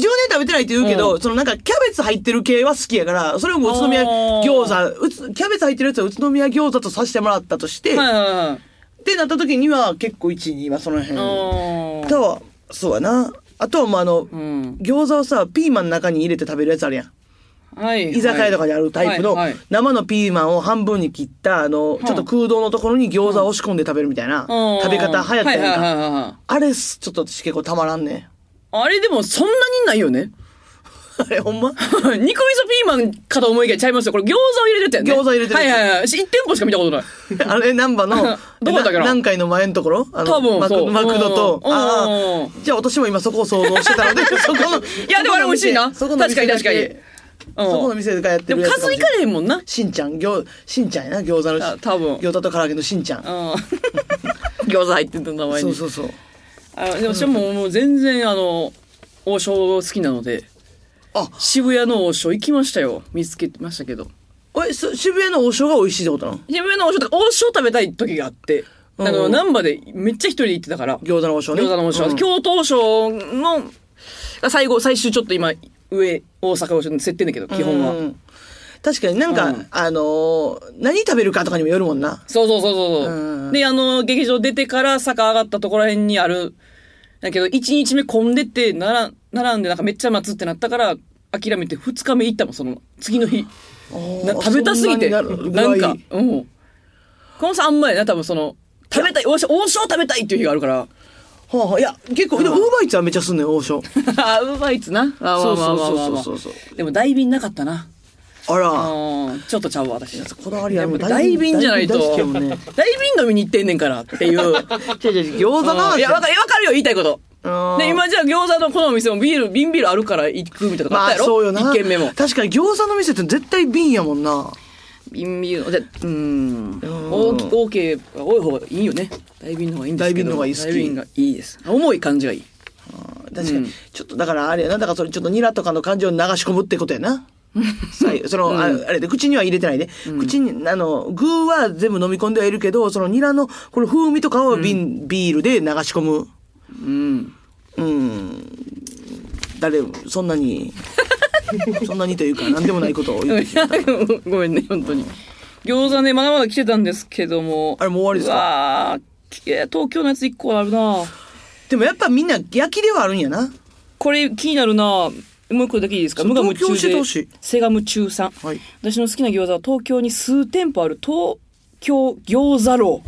[SPEAKER 2] 年食べてないって言うけど、
[SPEAKER 4] う
[SPEAKER 2] そのなんかキャベツ入ってる系は好きやから、それをもう宇都宮餃子、うつキャベツ入ってるやつは宇都宮餃子とさせてもらったとして、
[SPEAKER 4] はいはいはい。
[SPEAKER 2] ってなった時には結構1、2はその辺。
[SPEAKER 4] あー
[SPEAKER 2] とは、そうやな。あとはまああの、
[SPEAKER 4] うん
[SPEAKER 2] 餃子をさ、ピーマンの中に入れて食べるやつあるやん。
[SPEAKER 4] はいはい
[SPEAKER 2] 居酒屋とかにあるタイプの
[SPEAKER 4] はいはい
[SPEAKER 2] 生のピーマンを半分に切った、あの、ちょっと空洞のところに餃子を押し込んで食べるみたいな
[SPEAKER 4] うん
[SPEAKER 2] 食べ方流行ったやんか。
[SPEAKER 4] はいはいはいはい
[SPEAKER 2] あれ、ちょっと私結構たまらんね。
[SPEAKER 4] あれでもそんなにないよね。
[SPEAKER 2] あれほんま
[SPEAKER 4] 肉味噌ピーマンかと思いきやちゃいますよ。これ餃子を入れるやつやんね。
[SPEAKER 2] 餃子入れてるやつ
[SPEAKER 4] はいはいはい。私1店舗しか見たことない。、
[SPEAKER 2] あれ、ナンバの
[SPEAKER 4] どこだったかな
[SPEAKER 2] 何回の前のところあの
[SPEAKER 4] 多分
[SPEAKER 2] マ
[SPEAKER 4] そう
[SPEAKER 2] クマクドと。
[SPEAKER 4] うん
[SPEAKER 2] ああ。じゃあ、私も今そこを想像してた ので、そこの。
[SPEAKER 4] いやでもあれ美味しいな
[SPEAKER 2] そこの店だけ
[SPEAKER 4] 確かに確うん
[SPEAKER 2] そこの店がやって
[SPEAKER 4] で
[SPEAKER 2] る
[SPEAKER 4] も
[SPEAKER 2] やつか
[SPEAKER 4] 数
[SPEAKER 2] も
[SPEAKER 4] い
[SPEAKER 2] しれ
[SPEAKER 4] か
[SPEAKER 2] ない。
[SPEAKER 4] れへんもんな。うん。
[SPEAKER 2] しんちゃん、餃、しんちゃんやな、餃子の
[SPEAKER 4] あ
[SPEAKER 2] し。
[SPEAKER 4] 多分
[SPEAKER 2] 餃子と唐揚げのしんちゃん。
[SPEAKER 4] 餃子入ってる名前
[SPEAKER 2] そう
[SPEAKER 4] に。
[SPEAKER 2] そうそう。
[SPEAKER 4] あでも私はもうもう全然あの、王将好きなので。
[SPEAKER 2] あ
[SPEAKER 4] 渋谷の王将行きましたよ。見つけましたけど。
[SPEAKER 2] え、そ渋谷の王将が美味しいってことなの
[SPEAKER 4] 渋谷の王将とか王将食べたい時があって。あの、
[SPEAKER 2] うん
[SPEAKER 4] 難波でめっちゃ一人で行ってたから。
[SPEAKER 2] 餃子の王将ね。
[SPEAKER 4] 餃子の王将、
[SPEAKER 2] うん
[SPEAKER 4] 京都王将のが最後最終ちょっと今上大阪王将の設定だけど基本は、
[SPEAKER 2] うん確かになんか、
[SPEAKER 4] うん
[SPEAKER 2] あのー何食べるかとかにもよるもんな。
[SPEAKER 4] そうそうそうそうそう
[SPEAKER 2] うん
[SPEAKER 4] であの劇場出てから坂上がったところらへんにあるだけど1日目混んでてなら並んでなんかめっちゃ待つってなったから諦めて2日目行ったもんその次の日な
[SPEAKER 2] あー
[SPEAKER 4] 食べたすぎて
[SPEAKER 2] そ
[SPEAKER 4] なん
[SPEAKER 2] にる
[SPEAKER 4] ん
[SPEAKER 2] 具
[SPEAKER 4] か
[SPEAKER 2] 合
[SPEAKER 4] うんこのさんあんまやな多分その食べたい王将王将食べたいっていう日があるから
[SPEAKER 2] はあはあいや、結構、でも、ウーバーイーツはめっちゃすんねん、王 将。
[SPEAKER 4] あうまいっつなあ
[SPEAKER 2] そう
[SPEAKER 4] まあ
[SPEAKER 2] そう
[SPEAKER 4] まあまあまあ
[SPEAKER 2] そ
[SPEAKER 4] まあ
[SPEAKER 2] うそうそうそう。
[SPEAKER 4] でも大便なかったな
[SPEAKER 2] あら。
[SPEAKER 4] うんちょっとちゃうわ私
[SPEAKER 2] こだわりあ
[SPEAKER 4] やっ
[SPEAKER 2] る
[SPEAKER 4] ぱ大瓶じゃないと
[SPEAKER 2] 大
[SPEAKER 4] 大
[SPEAKER 2] 瓶
[SPEAKER 4] 瓶飲みに行ってんねんからっていういや
[SPEAKER 2] 違う違う、餃子の話。
[SPEAKER 4] わかるわかるよ言いたいこと
[SPEAKER 2] うん
[SPEAKER 4] で、今じゃあ餃子のこのお店もビール、瓶ビールあるから行くみたいなとこあっ
[SPEAKER 2] ま
[SPEAKER 4] た
[SPEAKER 2] あ
[SPEAKER 4] やろ、
[SPEAKER 2] そうよな
[SPEAKER 4] 一軒目も。
[SPEAKER 2] 確かに餃子の店って絶対瓶やもんな
[SPEAKER 4] 瓶ビール、で、うん。大き、大きい、多い方がいいよね。大瓶の方がいいんですけど。
[SPEAKER 2] 大瓶の方がいい好き
[SPEAKER 4] 大瓶がいいです。重い感じがいい。
[SPEAKER 2] 確かに、ちょっとだからあれやなだからそれちょっとニラとかの感じを流し込むってことや なさいその、ああれで口には入れてないで、口にあの具は全部飲み込んではいるけどそのニラのこの風味とかを瓶、ビールで流し込む
[SPEAKER 4] うん。
[SPEAKER 2] うん誰そんなに そんなにというか何でもないことを言ってしまった
[SPEAKER 4] ごめんね、本当に。餃子ね、まだまだ来てたんですけども。
[SPEAKER 2] あれもう終わりですか
[SPEAKER 4] うわーいや東京のやつ一個あるな
[SPEAKER 2] でもやっぱみんな焼きではあるんやな
[SPEAKER 4] これ気になるなもう一個だけいいですか
[SPEAKER 2] そう
[SPEAKER 4] 無我夢中
[SPEAKER 2] 東京教えてほし
[SPEAKER 4] で
[SPEAKER 2] い
[SPEAKER 4] セガム中さん、
[SPEAKER 2] はい
[SPEAKER 4] 私の好きな餃子は東京に数店舗ある東京餃子楼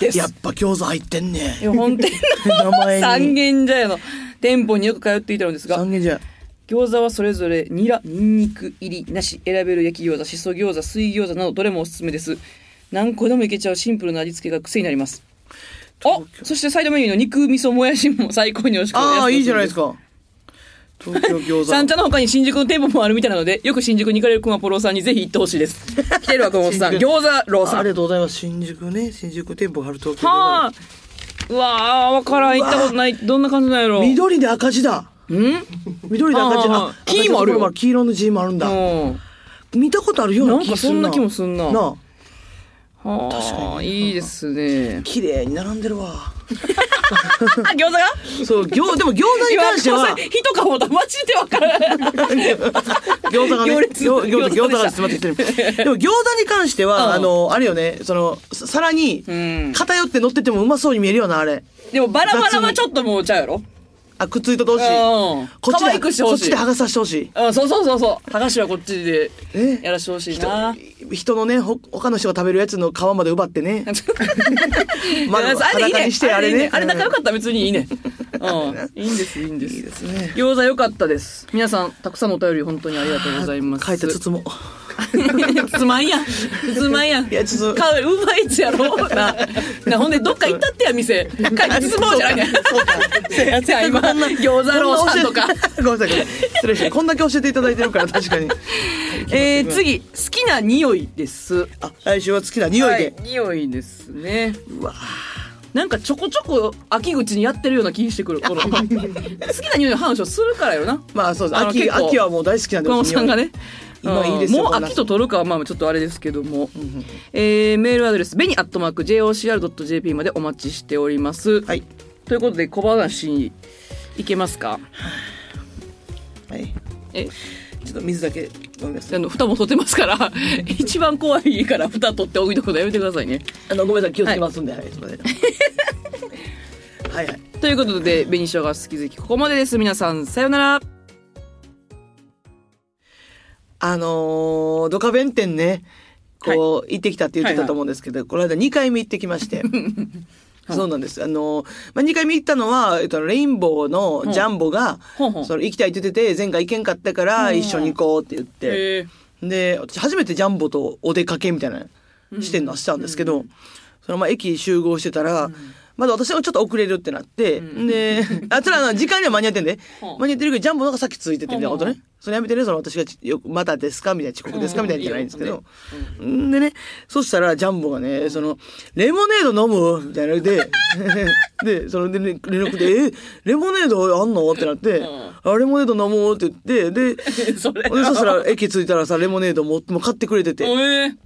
[SPEAKER 4] です
[SPEAKER 2] やっぱ餃子入ってん
[SPEAKER 4] い
[SPEAKER 2] ね
[SPEAKER 4] や本店
[SPEAKER 2] 名
[SPEAKER 4] の
[SPEAKER 2] 前に
[SPEAKER 4] 三軒茶屋の店舗によく通っていたのですが
[SPEAKER 2] 三軒茶屋
[SPEAKER 4] 餃子はそれぞれニラニンニク入りなし選べる焼き餃子しそ餃子水餃子などどれもおすすめです何個でもいけちゃうシンプルな味付けが癖になりますあそしてサイドメニューの肉味噌もやしも最高に美味しくて
[SPEAKER 2] ああいいじゃないです
[SPEAKER 4] か
[SPEAKER 2] か東京餃子
[SPEAKER 4] 三茶の他に新宿の店舗もあるみたいなので、よく新宿に行かれる熊ポロさんにぜひ行ってほしいです。 来てるわ、熊本さん。
[SPEAKER 2] 新
[SPEAKER 4] 餃
[SPEAKER 2] 宿
[SPEAKER 4] 子ローさ
[SPEAKER 2] あ
[SPEAKER 4] ん。
[SPEAKER 2] りが
[SPEAKER 4] は
[SPEAKER 2] とうございます新宿ね新宿店舗がある東京餃子
[SPEAKER 4] あ。うわあ、わからん。行ったことない。どんな感じなんやろ。うん。
[SPEAKER 2] 緑で赤字だ緑で赤字
[SPEAKER 4] ああ
[SPEAKER 2] あ
[SPEAKER 4] あ黄もある
[SPEAKER 2] 赤字の
[SPEAKER 4] よ
[SPEAKER 2] ところは黄色の字もあるんだ
[SPEAKER 4] うん。
[SPEAKER 2] 見たことあるような気する
[SPEAKER 4] なんかそんな気もすんな
[SPEAKER 2] なあ
[SPEAKER 4] はあ、いいで すね。
[SPEAKER 2] 綺麗に並んでるわ
[SPEAKER 4] あ、餃子が
[SPEAKER 2] そう餃でも餃子に
[SPEAKER 4] 今、
[SPEAKER 2] 関しては
[SPEAKER 4] 熊本さん人かもだ。マジでわからない。
[SPEAKER 2] 餃子がね
[SPEAKER 4] 行
[SPEAKER 2] 餃
[SPEAKER 4] 列
[SPEAKER 2] 子餃子
[SPEAKER 4] 餃子で
[SPEAKER 2] が
[SPEAKER 4] した
[SPEAKER 2] 詰まってきてるでも餃子に関しては、
[SPEAKER 4] うん
[SPEAKER 2] あのあれよねそのささらに
[SPEAKER 4] ん
[SPEAKER 2] 偏って乗っててもうまそうに見えるよなあれ
[SPEAKER 4] でもバラバラはちょっともうちゃうやろ。
[SPEAKER 2] あくっついとってほしい
[SPEAKER 4] うん
[SPEAKER 2] こっち
[SPEAKER 4] 可愛
[SPEAKER 2] で
[SPEAKER 4] くしてほ
[SPEAKER 2] こっ
[SPEAKER 4] しい
[SPEAKER 2] ちで剥がさせてほしい
[SPEAKER 4] うん、そうそうそうそう。高橋はこっちで
[SPEAKER 2] え
[SPEAKER 4] やらしてほしいな。
[SPEAKER 2] 人のねほ他の人が食べるやつの皮まで奪って ねま
[SPEAKER 4] いや
[SPEAKER 2] あ
[SPEAKER 4] あれいい
[SPEAKER 2] 裸
[SPEAKER 4] ね
[SPEAKER 2] にして
[SPEAKER 4] あ
[SPEAKER 2] あ
[SPEAKER 4] れ
[SPEAKER 2] れ
[SPEAKER 4] いいね
[SPEAKER 2] ね
[SPEAKER 4] あれ仲良
[SPEAKER 2] っ
[SPEAKER 4] かったら別にいいね うんいいんですいいんです
[SPEAKER 2] いいですね
[SPEAKER 4] 餃子良かったです皆さんたくさんのお便り本当にありがとうございます
[SPEAKER 2] 書いてつつも
[SPEAKER 4] つまんやんつまんやん
[SPEAKER 2] いやつつ
[SPEAKER 4] 買ううまいっつやろななほんでどっか行ったってや店買いつつもうじゃない ねせやせや 今餃子ローさんとか
[SPEAKER 2] こんな教えて ごめんなさいごめんなさい失礼してこんだけ教えていただいてるから確かに
[SPEAKER 4] えー次好きな匂いです
[SPEAKER 2] あ来週は好きな匂いで、
[SPEAKER 4] はい匂いですねなんかちょこちょこ秋口にやってるような気してくるこの 好きな匂いの話をするからよな
[SPEAKER 2] まあそうです
[SPEAKER 4] あの
[SPEAKER 2] 秋
[SPEAKER 4] 結構
[SPEAKER 2] 秋はもう大好きなんで
[SPEAKER 4] 熊本さんがね。
[SPEAKER 2] 今いいですよ
[SPEAKER 4] もう
[SPEAKER 2] こんな
[SPEAKER 4] 秋と取るかはまあちょっとあれですけども、えーメールアドレスベニアットマーク JOCR.jp までお待ちしております、
[SPEAKER 2] はい
[SPEAKER 4] ということで小話に行けますか
[SPEAKER 2] はい
[SPEAKER 4] え
[SPEAKER 2] ちょっと水だけ飲みます
[SPEAKER 4] あの蓋も取ってますから 一番怖いから蓋取って置いとくのやめてくださいね
[SPEAKER 2] あのごめんなさい気をつけますんで、はい、 すいませんはいはい
[SPEAKER 4] ということで紅生姜好き好きここまでです皆さんさようなら
[SPEAKER 2] あのードカベン店ね、こう、行ってきたって言ってたと思うんですけど、この間2回目行ってきまして。そうなんです。あのー、まあ、2回目行ったのは、えっと、レインボーのジャンボが、
[SPEAKER 4] ほうほう
[SPEAKER 2] その行きたいって言ってて、前回行けんかったから、一緒に行こうって言って。
[SPEAKER 4] えー
[SPEAKER 2] で、私初めてジャンボとお出かけみたいな、してんのはしたんですけど、そのまあ、駅集合してたら、まだ私はちょっと遅れるってなって、 で、あ、つらあの時間には間に合ってんで、
[SPEAKER 4] ほう
[SPEAKER 2] 間に合ってるけど、ジャンボの方が先ついててみたいなこと
[SPEAKER 4] ほう
[SPEAKER 2] ね。それやめてね、その私がちよく、またですかみたいな遅刻ですか
[SPEAKER 4] うん
[SPEAKER 2] みたいなんじゃないんですけ
[SPEAKER 4] いい
[SPEAKER 2] ど。んでね、そしたらジャンボがね、その、レモネード飲むみたいなの で、で、そので、ね、連絡で、え、レモネードあんのってなって、あ、レモネード飲もうって言 って、で、
[SPEAKER 4] それ
[SPEAKER 2] でそしたら駅着いたらさ、レモネードももう買ってくれ てて。
[SPEAKER 4] えー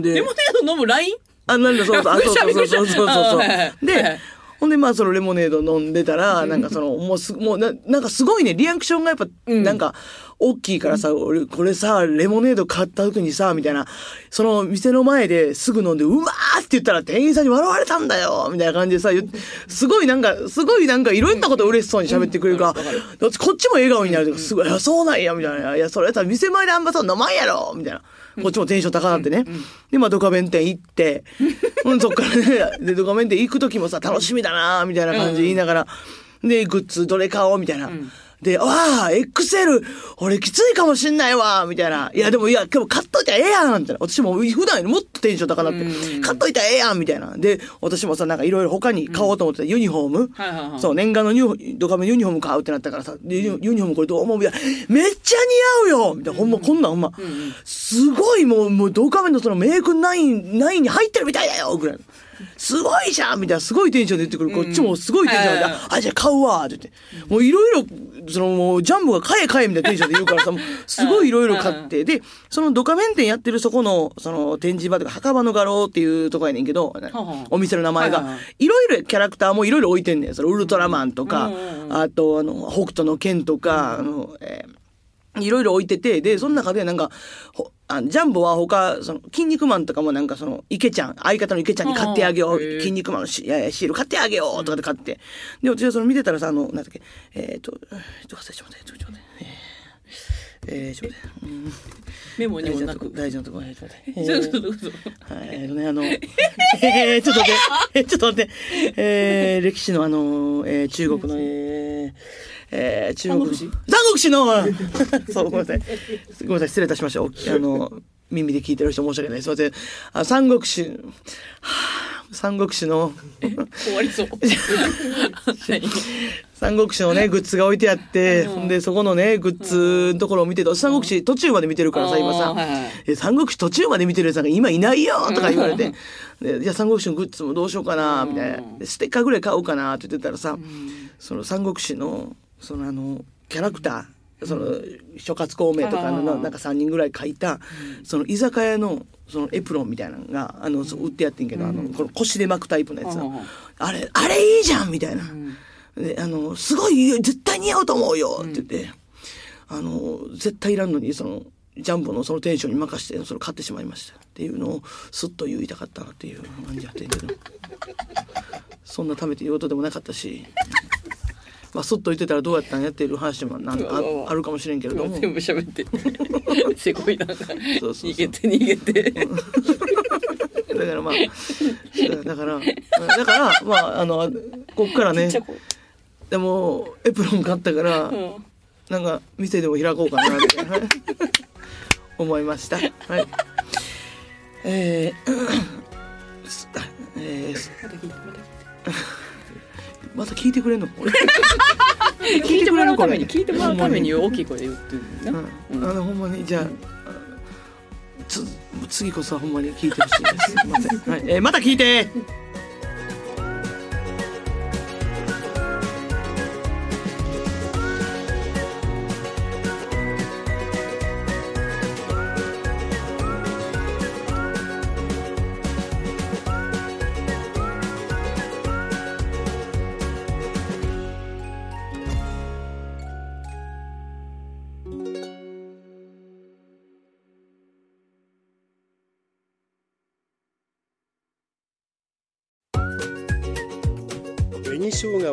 [SPEAKER 2] で、
[SPEAKER 4] レモネード飲むライン
[SPEAKER 2] あ、なんだ、そうそう、あ、
[SPEAKER 4] びっく
[SPEAKER 2] そ
[SPEAKER 4] り
[SPEAKER 2] う
[SPEAKER 4] した
[SPEAKER 2] そうそうそうそうそう
[SPEAKER 4] びっくりしたあーはいはいはい
[SPEAKER 2] で、ほんで、まあ、そのレモネード飲んでたら、なんかその、もうす、もうな、なんかすごいね、リアクションがやっぱ、なんか、大きいからさ、俺、これさ、レモネード買った時にさ、みたいな、その、店の前ですぐ飲んで、うわーって言ったら店員さんに笑われたんだよみたいな感じでさ、言ってすごいなんか、すごいなんか、いろんなこと嬉しそうに喋ってくれるから、だってこっちも笑顔になるとか、すごい、いや、そうなんや、みたいな。いや、それやったら店前であんまそう飲まんやろみたいな。こっちもテンション高なってね。で、まあ、ドカ弁店行って、うん、そっからね、で、ドカ弁店行く時もさ、楽しみだなみたいな感じで言いながら、で、グッズどれ買おうみたいな。で、わあ、XL、俺きついかもしんないわ、みたいな。いや、でも、いや、今日買っといたらええやん、みたいな。私も普段よりもっとテンション高なって、買っといたらええやん、みたいな。で、私もさ、なんかいろいろ他に買おうと思ってたユニフォーム。
[SPEAKER 3] はいはいはい
[SPEAKER 2] そう、年間のニュードカメンユニフォーム買うってなったからさ、でユニユニフォームこれどう思うみたいな。めっちゃ似合うよみたいな。ほんま、こんなんほんま。すごいもう、もうドカメンのそのメイクナイン、ナインに入ってるみたいだよぐらいの。すごいじゃんみたいな、すごいテンションで言ってくる。こっちもすごいテンション
[SPEAKER 3] は
[SPEAKER 2] で、
[SPEAKER 3] いはいはい
[SPEAKER 2] あ、じゃあ買うわって言って。もういろいろ、そのもうジャンボが買え買えみたいなテンションで言うからさ、もうすごいいろいろ買って。で、そのドカメン店やってるそこの、その展示場とか、墓場の画廊っていうとこやねんけど、
[SPEAKER 3] はは
[SPEAKER 2] お店の名前
[SPEAKER 3] はいはい
[SPEAKER 2] が
[SPEAKER 3] はい、
[SPEAKER 2] いろいろキャラクターもいろいろ置いてんねん。そのウルトラマンとか、
[SPEAKER 3] うんうんうん
[SPEAKER 2] あと、あの、北斗の剣とか、あの、えーいろいろ置いてて、で、その中でなんか、ほあジャンボは他、その、筋肉マンとかもなんかその、池ちゃん、相方の池ちゃんに買ってあげよう、
[SPEAKER 3] うんうん
[SPEAKER 2] 筋肉マンのシいやいやシール買ってあげようとかで買って。で、私はその見てたらさ、あの、なんだっけ、えっと、えっと、ちょっと待って、ちょっと待って、えーえーちょっと待って、うん
[SPEAKER 3] メモに
[SPEAKER 2] 大
[SPEAKER 3] も
[SPEAKER 2] 事な
[SPEAKER 3] な
[SPEAKER 2] とこ、
[SPEAKER 3] く。
[SPEAKER 2] 大事なとこ、えーち
[SPEAKER 3] そう
[SPEAKER 2] ょっと待って。えー
[SPEAKER 3] そうそうそう。
[SPEAKER 2] はい、えっとね、あの、えー、ちょっと待って、ちょっと待って、えー、歴史のあの、えー、中国の、えー、えー、中国の。
[SPEAKER 3] 三国
[SPEAKER 2] 三国志の そう、ごめんなさい。ごめんなさい、失礼いたしました。おあの、耳で聞いてる人申し訳ない。すいません。あ三国志、 はあ三国志の、
[SPEAKER 3] 終わりそう。
[SPEAKER 2] 三国志のね、グッズが置いてあって、ほんで、そこのね、グッズのところを見てると、三国志途中まで見てるからさ、今さ
[SPEAKER 3] あーはいはい、
[SPEAKER 2] え三国志途中まで見てるやつなんか今いないよとか言われて、でじゃあ三国志のグッズもどうしようかな、みたいな。でステッカーぐらい買おうかなって言ってたらさ、その三国志の、そのあの、キャラクター、その、諸葛孔明とかの、
[SPEAKER 3] あー
[SPEAKER 2] なんか3人ぐらい書いた、その居酒屋の、そのエプロンみたいなのが、あの、そう売ってやってんけど、あの、この腰で巻くタイプのやつ
[SPEAKER 3] うんうん
[SPEAKER 2] あれ、あれいいじゃんみたいな。で、あの、すごいいいよ絶対似合うと思うよって言って、あの、絶対いらんのに、その、ジャンボのそのテンションに任せて、それ買ってしまいましたっていうのを、すっと言いたかったなっていう感じやってんけど。そんなためて言うことでもなかったし。まあ、そっと言ってたらどうやったんやっていう話もなんああるかもしれんけれども。
[SPEAKER 3] 全部喋って。 すごいなんか、
[SPEAKER 2] そうそう
[SPEAKER 3] 逃げて逃げて。
[SPEAKER 2] だからまあ、だから、だから、まあ、あの、こっからね
[SPEAKER 3] じゃあ、こう
[SPEAKER 2] でも、エプロン買ったから、なんか、店でも開こうかなって、はい思いました。はい。えーすあえーすまた聞いてくれんのかこれ
[SPEAKER 3] 聞いてもらうために、
[SPEAKER 2] 聞
[SPEAKER 3] 聞
[SPEAKER 2] い
[SPEAKER 3] いて
[SPEAKER 2] ても
[SPEAKER 3] も
[SPEAKER 2] ら
[SPEAKER 3] ら
[SPEAKER 2] う
[SPEAKER 3] う
[SPEAKER 2] た
[SPEAKER 3] た
[SPEAKER 2] め
[SPEAKER 3] め
[SPEAKER 2] に
[SPEAKER 3] に大きい声で言ってるな。
[SPEAKER 2] うんあのほんまにじゃああつ次こそはほんまに聞いてほしいです。すいません。はい、えーまた聞いて。
[SPEAKER 1] 紅生姜